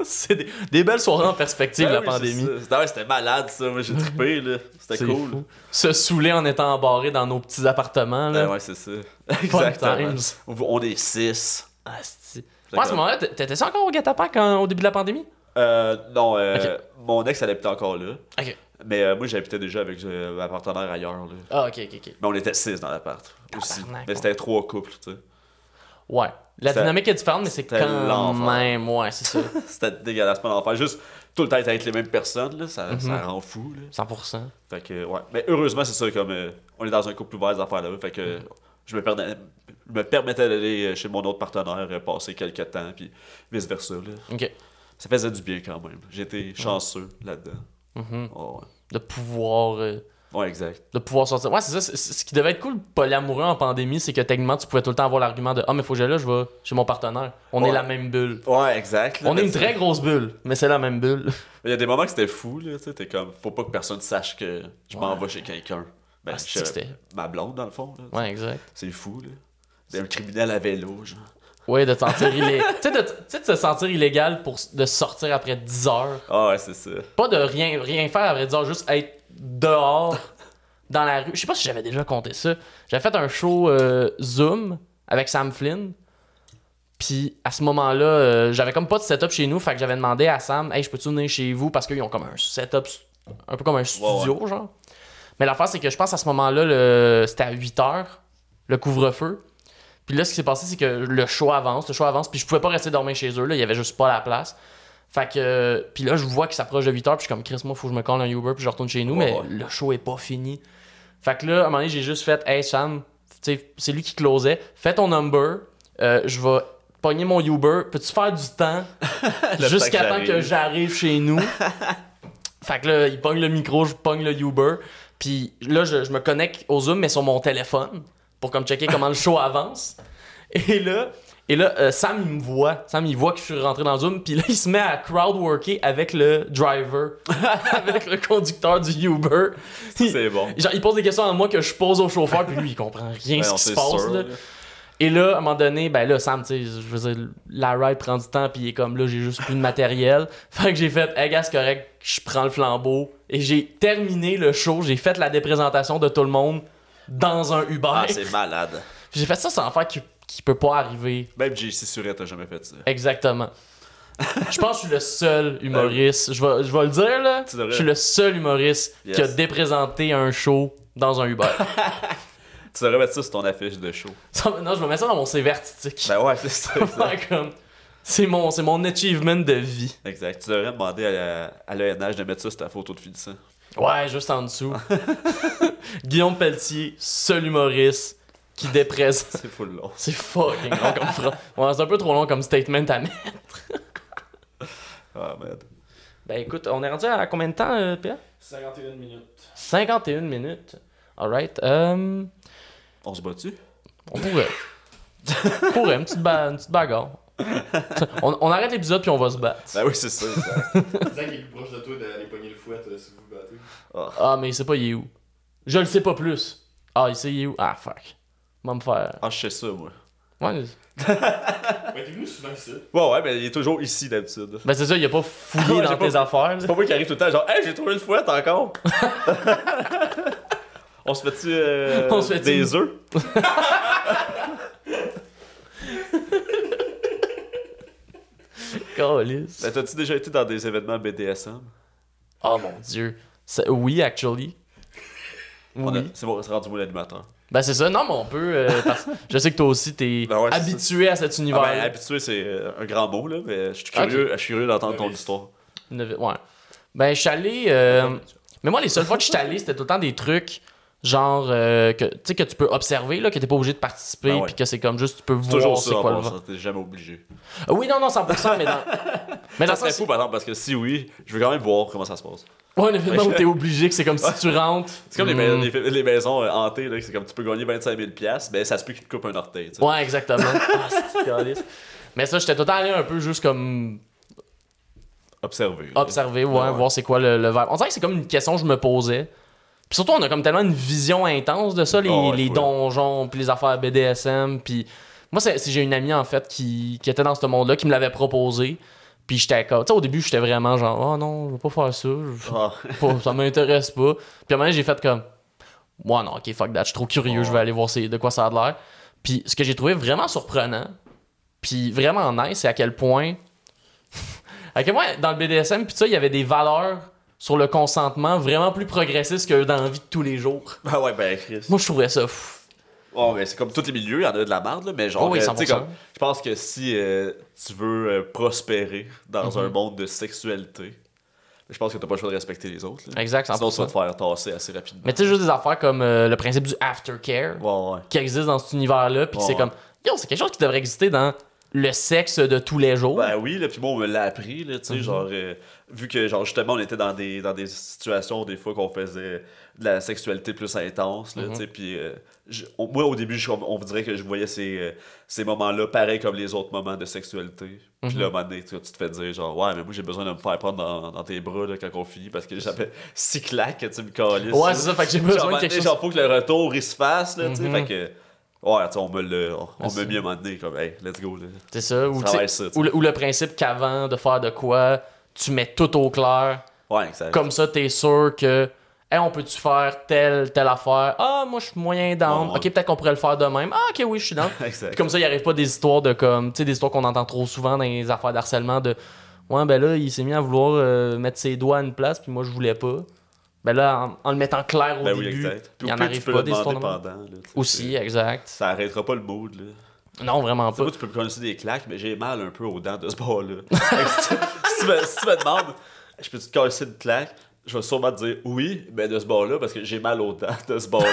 C'est des, des belles soirées en perspective, Ben la oui, pandémie. c'est ça. Non, C'était malade, ça. Moi, j'ai trippé, là. C'était C'est cool. fou. Se saouler en étant embarré dans nos petits appartements, là. Ben ouais, c'est ça. hein. Fun Exactement. times. On est six. Asti. Fait Ah, Ouais, à ce comme- moment-là, t- t'étais ça encore au guet-apens quand- au début de la pandémie? Euh, non, euh, mon ex, elle habitait encore là. Ok. Mais euh, moi, j'habitais déjà avec euh, ma partenaire ailleurs, là. Ah, ok, ok, ok. Mais on était six dans l'appart. Aussi. Tabarnak, Mais c'était trois couples, tu sais. Ouais. La C'était- dynamique est différente, mais c'est c'était quand l'enfer. même, ouais, c'est ça. C'était dégueulasse, pas d'enfer. Juste tout le temps être avec les mêmes personnes, là, ça, Mm-hmm. ça rend fou. Là. 100%. Fait que, ouais. Mais heureusement, c'est ça, comme euh, on est dans un couple ouvert, des affaires là-bas. Fait que Mm-hmm. je, me perna- je me permettais d'aller euh, chez mon autre partenaire, euh, passer quelques temps, puis vice-versa. là. Ok. Mm-hmm. Ça faisait du bien quand même. J'étais chanceux là-dedans. Mhm. Oh, ouais. De pouvoir. euh, Ouais, exact. de pouvoir sortir. Ouais, c'est ça. c'est- c'est- ce qui devait être cool, polyamoureux en pandémie, c'est que techniquement, tu pouvais tout le temps avoir l'argument de Ah, mais faut que j'aille là, je vais chez mon partenaire. On est Ouais. la même bulle. Ouais, exact. là, On est une parce- très grosse bulle, mais c'est la même bulle. Il y a des moments que c'était fou, là. Tu sais, t'es comme, faut pas que personne sache que je m'en vais chez quelqu'un. Ben, Ah, c'est je- que c'était- ma blonde, dans le fond. là. Ouais, exact. C'est fou, là. C'est un criminel à vélo, genre. Ouais, de te sentir illégal. tu sais, de, tu sais, de se sentir illégal pour s- de sortir après 10 heures. Ah, ouais, c'est ça. Pas de rien, rien faire, à vrai dire, juste être dehors, dans la rue. Je sais pas si j'avais déjà compté ça. J'avais fait un show euh, Zoom avec Sam Flynn. Puis à ce moment-là, euh, j'avais comme pas de setup chez nous, fait que j'avais demandé à Sam, hey, je peux-tu venir chez vous parce qu'ils ont comme un setup, stu- un peu comme un studio, genre. Mais l'affaire, c'est que je pense à ce moment-là, le... c'était à 8 heures, le couvre-feu. Puis là, ce qui s'est passé, c'est que le show avance, le show avance, puis je pouvais pas rester dormir chez eux, là, il y avait juste pas la place. Fait que, euh, puis là, je vois qu'il s'approche de 8 heures, puis je suis comme, Chris, moi, faut que je me colle un Uber, puis je retourne chez nous, Ouais, mais ouais. le show est pas fini. Fait que là, à un moment donné, j'ai juste fait, hey Sam, tu sais, c'est lui qui closait, fais ton number, euh, je vais pogner mon Uber, peux-tu faire du temps Le jusqu'à temps temps que que j'arrive chez nous? fait que là, il pogne le micro, je pogne le Uber, puis là, je, je me connecte au Zoom, mais sur mon téléphone, pour comme checker comment le show avance. Et là, et là, euh, Sam, il me voit. Sam, il voit que je suis rentré dans le Zoom. Puis là, il se met à crowdworker avec le driver, avec le conducteur du Uber. Il- C'est bon. Genre, il pose des questions à moi que je pose au chauffeur, puis lui, il comprend rien Ouais, ce non, qui se c'est passe. sûr, là. là. Et là, à un moment donné, ben là, Sam, tu sais, je veux dire, la ride prend du temps, puis il est comme là, j'ai juste plus de matériel. Fait que j'ai fait, hey, gars, c'est correct, je prends le flambeau. Et j'ai terminé le show, j'ai fait la déprésentation de tout le monde dans un Uber. Ah, c'est malade. Puis j'ai fait ça sans faire qui, qui peut pas arriver Même JC Surette a jamais fait ça. Exactement. je pense que je suis le seul humoriste, je vais, je vais le dire là, Tu devrais. je suis le seul humoriste qui a Yes. déprésenté un show dans un Uber. Tu devrais mettre ça sur ton affiche de show. Ça, non, je vais mettre ça dans mon CV artistique. Ben ouais, c'est ça. exact. Comme, c'est mon, c'est mon achievement de vie. exact. Tu devrais demander à la- à l'ENH de mettre ça sur ta photo de finissant. Ouais, juste en dessous. Guillaume Pelletier, seul humoriste qui déprésente. C'est full long. C'est fucking long comme phrase. Ouais, c'est un peu trop long comme statement à mettre. Ah, man. Ben écoute, on est rendu à combien de temps, euh, Pierre? 51 minutes. 51 minutes. Alright. Euh... On se bat-tu? On pourrait. on pourrait, une petite, ba- une petite bagarre. On, on arrête l'épisode puis on va se battre. Ben oui, c'est ça. exact. Zach est plus proche de toi d'aller pogner le fouet euh, si vous vous battez. Ah, mais il sait pas, il est où. Je le sais pas plus. Ah, il sait, il est où. Ah, fuck. Va me faire. ah, je sais ça, moi. Ouais. Mais t'es venu souvent ici. Ouais, ouais, mais il est toujours ici d'habitude. Ben, c'est ça, il a pas fouillé Ah Ouais, dans j'ai tes pas- affaires. C'est là. pas moi qui arrive tout le temps, genre, hey, j'ai trouvé une fouette encore. On se fait-tu euh, On se fait-tu des œufs? Calisse. Ben, T'as-tu déjà été dans des événements BDSM? Oh mon dieu. C'est- Oui, actually. On a- Oui. C'est bon, on s'est rendu moi l'animateur. Ben, c'est ça. Non, mais on peut. euh, parce- Je sais que toi aussi, t'es Ben ouais, c'est habitué à cet Ah, univers. ben, habitué, c'est euh, un grand mot, là, mais je suis Ah, curieux, je suis curieux d'entendre ton Oui. histoire. Neuf- Ouais. Ben, je suis allé. euh, Mais moi, les seules fois que je suis allé, c'était tout le temps des trucs genre euh, que, tu sais, que tu peux observer, là, que t'es pas obligé de participer, Ah ouais. puis que c'est comme juste, tu peux voir Toujours c'est ça, en quoi le passant, vent. t'es jamais obligé. Ah Oui, non, non, 100%, mais dans. Ça mais dans le serait sens. fou, par exemple, parce que si oui, je veux quand même voir comment ça se passe. Ouais, un événement où t'es obligé, que c'est comme si tu rentres. C'est comme les, Hmm. mais- les- les maisons euh, hantées, là, que c'est comme tu peux gagner 25 000 piastres, mais ça se peut qu'ils te coupent un orteil. tu sais. Ouais, exactement. Ah, c'est caliste. mais ça, j'étais tout le temps allé un peu juste comme Observer. là. observer, ouais, Ouais, ouais. voir c'est quoi le, le vibe. On dirait que c'est comme une question que je me posais. Puis surtout, on a comme tellement une vision intense de ça, les, Ah ouais, les full. donjons, puis les affaires BDSM, puis... Moi, c'est, c'est- j'ai une amie, en fait, qui, qui était dans ce monde-là, qui me l'avait proposé, puis j'étais comme... Tu sais, au début, j'étais vraiment genre « Oh non, je veux pas faire ça, je- Ah, pas- ça m'intéresse pas. » Puis à un moment donné, j'ai fait comme « Ouais, non, ok, fuck that, je suis trop curieux, je vais aller voir c'est, de quoi ça a l'air. » Puis ce que j'ai trouvé vraiment surprenant, puis vraiment nice, c'est à quel point à quel point dans le BDSM, puis ça, il y avait des valeurs sur le consentement vraiment plus progressistes que dans la vie de tous les jours. Ah ouais, ben Chris. Moi, je trouvais ça fou. Ouais, mais c'est comme tous les milieux, il y en a de la merde, là, mais genre, Oh oui, euh, tu sais, 100%. comme, je pense que si euh, tu veux euh, prospérer dans un monde de sexualité, je pense que t'as pas le choix de respecter les autres. là. Exact, 100%. Sinon, tu vas te faire tasser assez rapidement. Mais tu sais, juste des affaires comme euh, le principe du aftercare Ouais, ouais. qui existe dans cet univers-là, puis que c'est Ouais. comme, yo, c'est quelque chose qui devrait exister dans le sexe de tous les jours. Ben oui, là, puis moi, on me l'a appris, là, Mhm. tu sais, genre, euh, vu que, genre, justement, on était dans des, dans des situations, des fois, qu'on faisait de la sexualité plus intense, là, Mhm. tu sais, puis euh, je- on- moi, au début, je- on, on dirait que je voyais ces, euh, ces moments-là pareil comme les autres moments de sexualité. Mhm. Puis là, à un moment donné, tu, tu te fais dire, genre, ouais, mais moi, j'ai besoin de me faire prendre dans, dans tes bras, là, quand on finit, parce que j'avais six claques que tu me calisses. Ouais, là. c'est ça, fait que j'ai Genre, besoin à un de moment quelque donné, chose. Genre, faut que le retour, il se fasse, là, tu sais, Mhm. fait que... Ouais, tu sais, on me l'a on, on Ah, m'a c'est- mis à un moment donné, comme, hey, let's go, là. C'est ça. Ou, Ça tu sais, va être ça, tu ou le, ou le principe qu'avant de faire de quoi, tu mets tout au clair. Ouais, exact. Comme ça, t'es sûr que, hey, on peut-tu faire telle, telle affaire? Ah, moi, je suis moyen down. Ouais, ouais. Ok, peut-être qu'on pourrait le faire de même. Ah, ok, oui, je suis down. Puis Exact. comme ça, il arrive pas des histoires de comme, tu sais, des histoires qu'on entend trop souvent dans les affaires d'harcèlement de Ouais, ben là, il s'est mis à vouloir euh, mettre ses doigts à une place, puis moi, je voulais pas. Ben là, en, en le mettant clair au Ben oui, début, exact. Puis il au en pire, arrive tu peux pas le des demander histoires de même. pendant, là, tu sais, Aussi, c'est- exact. Ça arrêtera pas le mood, là. Non, vraiment Tu sais, pas. moi, tu peux me connaître des claques, mais j'ai mal un peu aux dents de ce bord-là. Fait que si- si tu me, si tu me demandes, je peux-tu te casser une claque, je vais sûrement te dire oui, mais de ce bord-là, parce que j'ai mal aux dents de ce bord-là.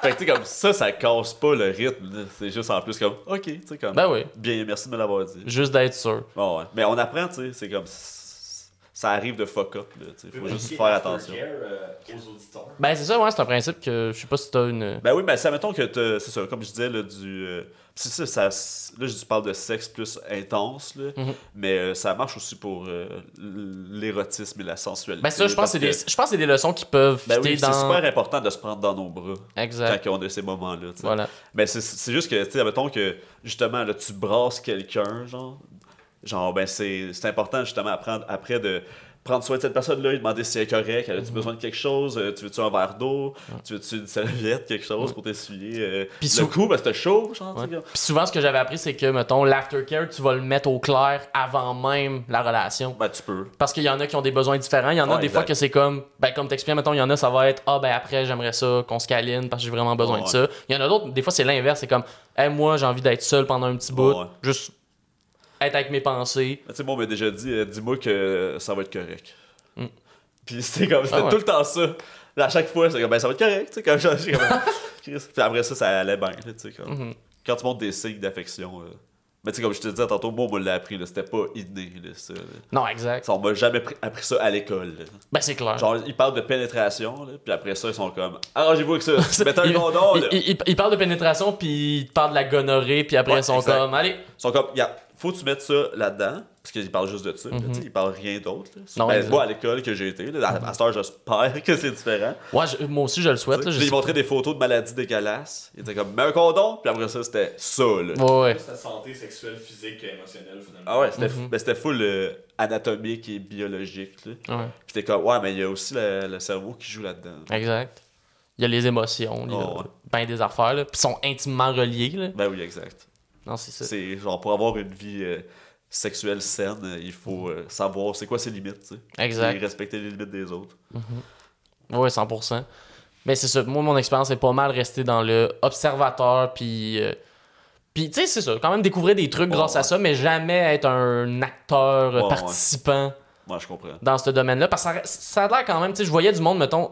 fait que, tu sais, comme ça, ça casse pas le rythme. là. C'est juste en plus comme, ok, tu sais, comme, Ben oui, bien, merci de me l'avoir dit. juste d'être sûr. Bon, ouais. Mais on apprend, tu sais, c'est comme, ça arrive de fuck up, là, tu sais, faut Faut juste faire attention. euh, aux auditeurs. Ben c'est ça, ouais, c'est un principe que je sais pas si t'as une. Ben oui, mais ça mettons que t'as- c'est ça, comme je disais, là, du. euh, c'est ça, ça, s- là, je parle de sexe plus intense, là, Mhm. mais euh, ça marche aussi pour euh, l- l'érotisme et la sensualité. Ben ça, je pense que c'est des, parce je pense que c'est des leçons qui peuvent Ben fitter oui, c'est dans. super important de se prendre dans nos bras Exact. quand on a ces moments-là. tu sais. Voilà. Mais Ben, c'est- c'est juste que, tu sais, mettons que, justement, là, tu brasses quelqu'un, genre, genre, ben, c'est c'est important, justement, à prendre- après de prendre soin de cette personne-là, lui demander si elle est correcte, Mhm. elle a-tu besoin de quelque chose, Euh, tu veux-tu un verre d'eau, tu veux-tu une serviette, quelque chose pour t'essuyer euh, Puis le sou- cou, parce que t'as chaud, genre, tu sais, Ouais. comme. Puis souvent, ce que j'avais appris, c'est que, mettons, l'aftercare, tu vas le mettre au clair avant même la relation. Ben, tu peux. Parce qu'il y en a qui ont des besoins différents. Il y en a Ouais, des exact. fois que c'est comme, ben, comme t'expliques, mettons, il y en a, ça va être, ah, ben après, j'aimerais ça, qu'on se câline parce que j'ai vraiment besoin de Ouais. ça. Il y en a d'autres, des fois, c'est l'inverse. C'est comme, hey, moi, j'ai envie d'être seul pendant un petit bout, Ouais. juste être avec mes pensées. Ben, Tu sais, moi, on m'a déjà dit, euh, dis-moi que euh, ça va être correct. Mm. Ah Puis c'était comme, c'était ouais. tout le temps ça. Là, à chaque fois, c'était comme, ben, ça va être correct, tu sais, comme, genre, j'ai comme, Chris. Puis après ça, ça allait bien, là, tu sais, comme. Mhm. Quand tu montres des signes d'affection, euh, mais tu sais, comme je te disais tantôt, moi, on me l'a appris, là, c'était pas inné, là, ça. là. Non, exact. Ça, on m'a jamais pris- appris ça à l'école, là. Ben, c'est clair. Genre, ils parlent de pénétration, là, puis après ça, ils sont comme, arrangez-vous avec ça, mettez un il, condom, il- Oh, là. il- il- il parle de pénétration, puis il parle de la gonorrhée, puis après, Ouais, ils sont exact. comme, allez, Ils sont comme, Regarde, faut que tu mettes ça là-dedans, parce qu'ils parlent juste de ça, là, tu sais, ils parlent rien d'autre. là. Mhm. Non, Ben, exact. moi, à l'école que j'ai été, là, à, à cette heure, j'espère que c'est différent. ouais, je- moi aussi, je le souhaite. Je là, je lui ai sais- montré des photos de maladies dégueulasses. Il était comme, mets un condom, puis après ça, c'était ça, là. Ouais, ouais. Juste la santé sexuelle, physique et émotionnelle, finalement. Ah ouais, c'était Mhm. ben, c'était full euh, anatomique et biologique, là. ouais. Puis t'es comme, ouais, mais il y a aussi le, le cerveau qui joue là-dedans. Exact. Il y a les émotions, il y a Oh, ouais. ben des affaires, là, puis sont intimement reliés. Là. Ben oui, exact. Non, c'est ça. C'est genre, pour avoir une vie euh, sexuelle saine, euh, il faut euh, savoir c'est quoi ses limites, tu sais. Et Exact. respecter les limites des autres. Ouais, 100%. Mais c'est ça. Moi, mon expérience est pas mal restée dans le observateur, puis. euh, puis, tu sais, c'est ça. Quand même découvrir des trucs Ouais, grâce à ouais. ça, mais jamais être un acteur euh, Ouais, ouais. participant Moi, je comprends. dans ce domaine-là. Parce que ça, ça a l'air quand même. Tu sais, je voyais du monde, mettons.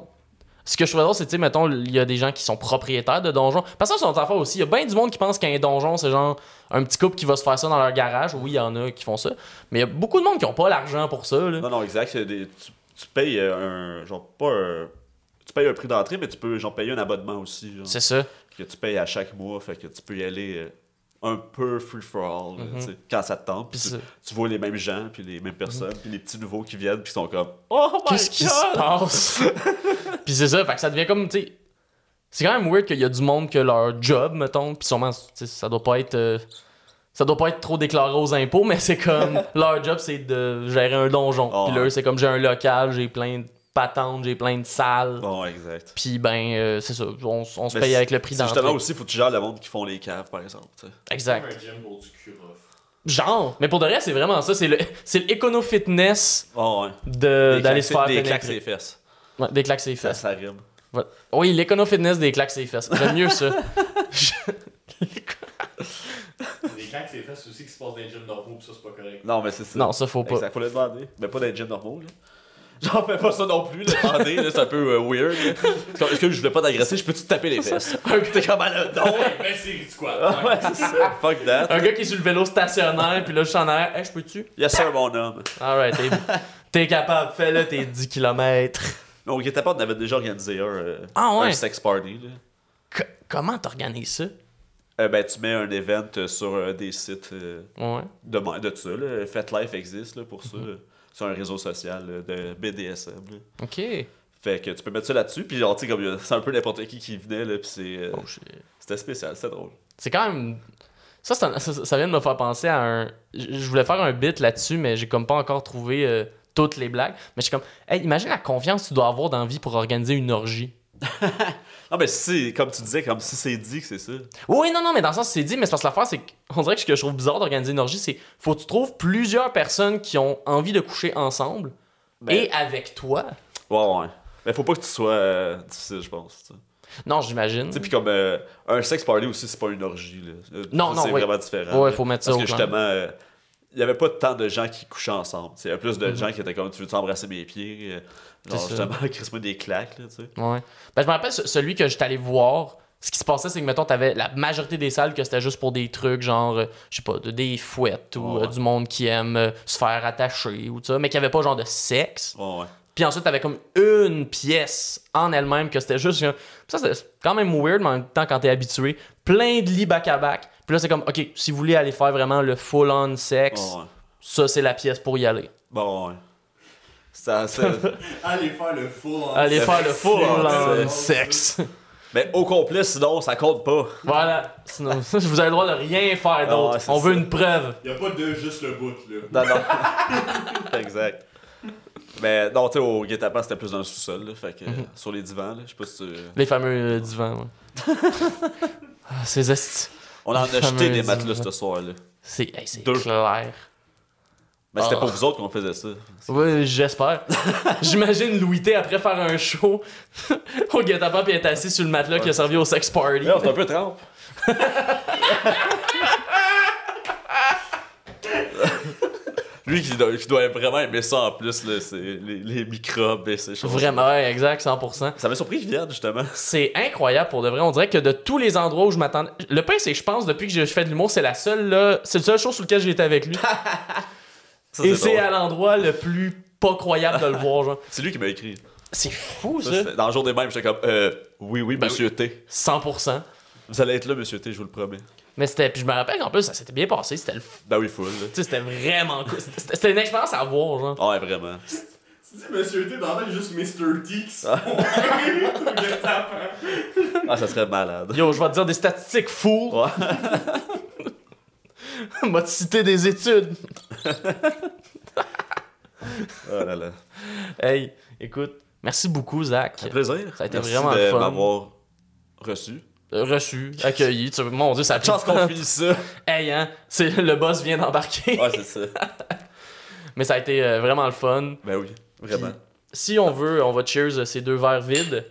Ce que je trouvais drôle, c'est, tu sais, mettons, il y a des gens qui sont propriétaires de donjons. Parce que ça, c'est une affaire aussi. Il y a bien du monde qui pense qu'un donjon, c'est genre un petit couple qui va se faire ça dans leur garage. Oui, il y en a qui font ça. Mais il y a beaucoup de monde qui ont pas l'argent pour ça, là. Non, non, exact. c'est des- tu, tu payes euh, un. Genre, pas un. Tu payes un prix d'entrée, mais tu peux genre payer un abonnement aussi. Genre. C'est ça. que tu payes à chaque mois, fait que tu peux y aller euh, un peu free for all là, Mhm. tu sais, quand ça te tente. Puis Puis tu, ça- Mm-hmm. tu vois les mêmes gens, puis les mêmes personnes, puis les petits nouveaux qui viennent, puis ils sont comme Oh my Qu'est-ce qui God! se passe? Puis c'est ça, fait que ça devient comme, tu sais. C'est quand même weird qu'il y a du monde que leur job, mettons, puis sûrement, tu sais, ça doit pas être. euh, ça doit pas être trop déclaré aux impôts, mais c'est comme. leur job, c'est de gérer un donjon. Oh, puis là, ouais. c'est comme j'ai un local, j'ai plein de patentes, j'ai plein de salles. Bon, exact. Puis ben, euh, c'est ça, on, s- on se Mais paye c'est- avec le prix c'est Justement d'entrée. aussi, faut que tu gères le monde qui font les caves, par exemple. tu sais. Comme Exact. un gym pour du cul rough. Genre, mais pour de vrai, c'est vraiment ça, c'est le, c'est le écono-fitness Oh, ouais. de- Des Euh, d'aller claques- se faire des claques pénétrer. ses fesses. Ouais, des claques ses Ça, fesses. ça rime. Voilà. Oui, l'écono-fitness des claques ses fesses. J'aime mieux ça. Je- Des claques, c'est fesses aussi qui se passent dans les gyms normaux, pis ça, c'est pas correct. Non, mais c'est ça. non, ça faut pas. Exact, faut le demander. Mais pas dans les gyms normaux, là. J'en fais pas ça non plus, le demander, là, c'est un peu euh, weird. là. C'est comme, Est-ce que je voulais pas t'agresser, je peux-tu te taper les fesses? T'es comme à la Ah ouais, mais c'est du quoi? Ah Ouais, c'est ça. Fuck that. Un gars qui est sur le vélo stationnaire, puis là, je suis en arrière. Hey, je peux-tu? Yes, sir, mon homme. Alright, t'es, t'es capable, fais-le tes 10 km. Non, au Guettaport, on avait déjà organisé un, euh, Ah ouais? un sex party. Là. comment t'organises ça? Euh, ben, tu mets un event euh, sur euh, des sites euh, Ouais. de, ma- de ça. Là. FetLife existe là, pour ça. Mm-hmm. là. Sur un réseau social là, de BDSM. là. Ok. Fait que tu peux mettre ça là-dessus. Puis, genre, tu sais, comme il y a- c'est un peu n'importe qui qui venait. Là, puis c'est, euh, Oh, shit. c'était spécial, c'était drôle. C'est quand même. Ça, c'est un- ça, ça vient de me faire penser à un. Je je voulais faire un bit là-dessus, mais j'ai comme pas encore trouvé euh, toutes les blagues. Mais je suis comme, hey, imagine la confiance que tu dois avoir dans la vie pour organiser une orgie. Non, mais Ah, ben, si, comme tu disais, comme si c'est dit que c'est ça. Oui, non, non, mais dans le sens, c'est dit, mais c'est parce que l'affaire, c'est qu'on dirait que ce que je trouve bizarre d'organiser une orgie, c'est faut que tu trouves plusieurs personnes qui ont envie de coucher ensemble Ben- et avec toi. Ouais, ouais. Mais faut pas que tu sois euh, difficile, je pense. tu sais. Non, j'imagine. Tu sais, puis comme euh, un sex party aussi, c'est pas une orgie. Là. Euh, Non, ça, non, C'est oui. vraiment différent. Ouais, là. faut mettre ça Parce au que clair. justement, euh, il y avait pas tant de gens qui couchaient ensemble. tu sais. Il y a plus de gens qui étaient comme, tu veux t'embrasser mes pieds? Euh, Genre, Mhm. C'est ça. justement, crisse-moi des claques, là, tu sais. Ouais. Ben, je me rappelle, ce- celui que j'étais allé voir, ce qui se passait, c'est que, mettons, t'avais la majorité des salles que c'était juste pour des trucs, genre, euh, je sais pas, de- des fouettes ou Ouais, ouais. euh, du monde qui aime euh, se faire attacher ou tout ça, mais qui avait pas, genre, de sexe. Ouais, ouais. Puis ensuite, t'avais comme une pièce en elle-même que c'était juste. genre- Ça, c'est quand même weird, mais en même temps, quand t'es habitué, plein de lits back à back. Puis là, c'est comme, OK, si vous voulez aller faire vraiment le full-on sexe, Ouais, ouais. ça, c'est la pièce pour y aller. Bon, ouais. Ça, ça- Allez faire le full en Aller C'est faire le full-on full-on sexe. euh, Mais au complet, sinon, ça compte pas. Voilà, sinon, ça, vous avez le droit de rien faire d'autre. ouais, Ah, c'est On veut ça. une preuve. Y'a pas de juste le bout là. Non, non. exact. Mais non, tu sais, au guet-apens, c'était plus dans le sous-sol, là, fait que, euh, Mhm. sur les divans, là, je sais pas si tu... Les fameux euh, divans, ouais. Ah, ces esti- On en a Les jeté des fameux matelas divans. ce soir-là. C'est hey, c'est Deux. clair. Mais c'était Ah. pour vous autres qu'on faisait ça. Oui, j'espère. J'imagine Louis T après faire un show au guet-apens puis être assis sur le matelas qui a servi au sex party. Là, on est un peu trempe. Lui qui doit, qui doit vraiment aimer ça en plus, là, c'est les, les microbes et ces choses. Vraiment, ouais, exact, 100%. Ça m'a surpris qu'il vienne, justement. C'est incroyable pour de vrai. On dirait que de tous les endroits où je m'attendais. Le pire, c'est que je pense, depuis que je fais de l'humour, c'est la seule, là. C'est le seul show sur lequel j'ai été avec lui. Ça, Et c'est c'est drôle. à l'endroit le plus pas croyable de le voir, genre. C'est lui qui m'a écrit. C'est fou, Ça, ça. c'était- dans le jour des mêmes, j'étais comme euh, Oui, oui, Ben monsieur T. 100%. Vous allez être là, monsieur T, je vous le promets. Mais c'était. Puis je me rappelle qu'en plus, ça s'était bien passé. C'était le. f- Ben oui, full. là. Tu sais, c'était vraiment cool. C'était c'était une expérience à voir, genre. Ah, Ouais, vraiment. Tu dis Monsieur T dans la tête, juste Mr. T qui se font au guet-apens. Ah, ça serait malade. Yo, je vais te dire des statistiques fous. Ouais. M'a te cité des études. Oh là là. Hey, écoute, merci beaucoup, Zach. Un plaisir. Ça a été Merci vraiment de fun. m'avoir reçu. Euh, Reçu, accueilli. Tu... Mon dieu, ça a pris Chance du qu'on temps. finisse ça. Hey, hein, c'est... le boss vient d'embarquer. Ouais, c'est ça. Mais ça a été euh, vraiment le fun. Ben oui, vraiment. Si on veut, on va cheers euh, ces deux verres vides.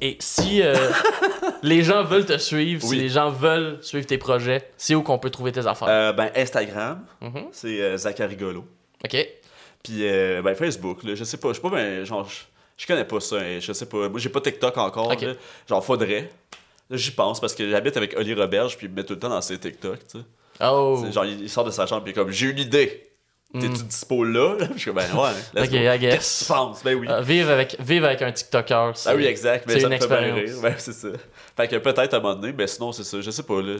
Et si euh, les gens veulent te suivre, si Oui. les gens veulent suivre tes projets, c'est où qu'on peut trouver tes affaires. Euh, ben, Instagram, Mhm. c'est euh, Zachary Golo. OK. Puis, euh, ben, Facebook, là, je sais pas, je sais pas, ben, genre, je, je connais pas ça, hein, je sais pas. Moi, j'ai pas TikTok encore, Ok. là. Genre, faudrait. Là, J'y pense parce que j'habite avec Oli Roberge, puis il me met tout le temps dans ses TikTok, tu sais. Oh. C'est Genre, il, il sort de sa chambre, puis il est comme, j'ai une idée. T'es-tu dispo là? là? Puis Je suis comme, ben, ouais, let's Ok, go. I guess. Qu'est-ce que tu penses? Ben oui. Euh, vivre, avec, vivre avec un TikToker. c'est- Ah oui, exact. Mais c'est ça une me fait bien expérience. rire. Ben, c'est ça. Fait que peut-être à un moment donné, mais sinon, c'est ça. Je sais pas, là.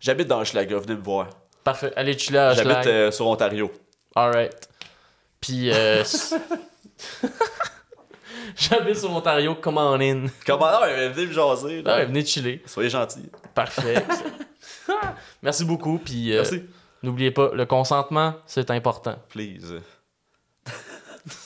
J'habite dans Hochelaga, venez me voir. Parfait. Allez, chiller à J'habite Schlag. euh, sur Ontario. Alright. Puis. euh, J'habite sur Ontario, come on in. Comment? Ah, ouais, venez me jaser, là. Ah ouais, venez chiller. Soyez gentils. Parfait. Merci beaucoup. Puis euh, Merci. n'oubliez pas, le consentement, c'est important. Please.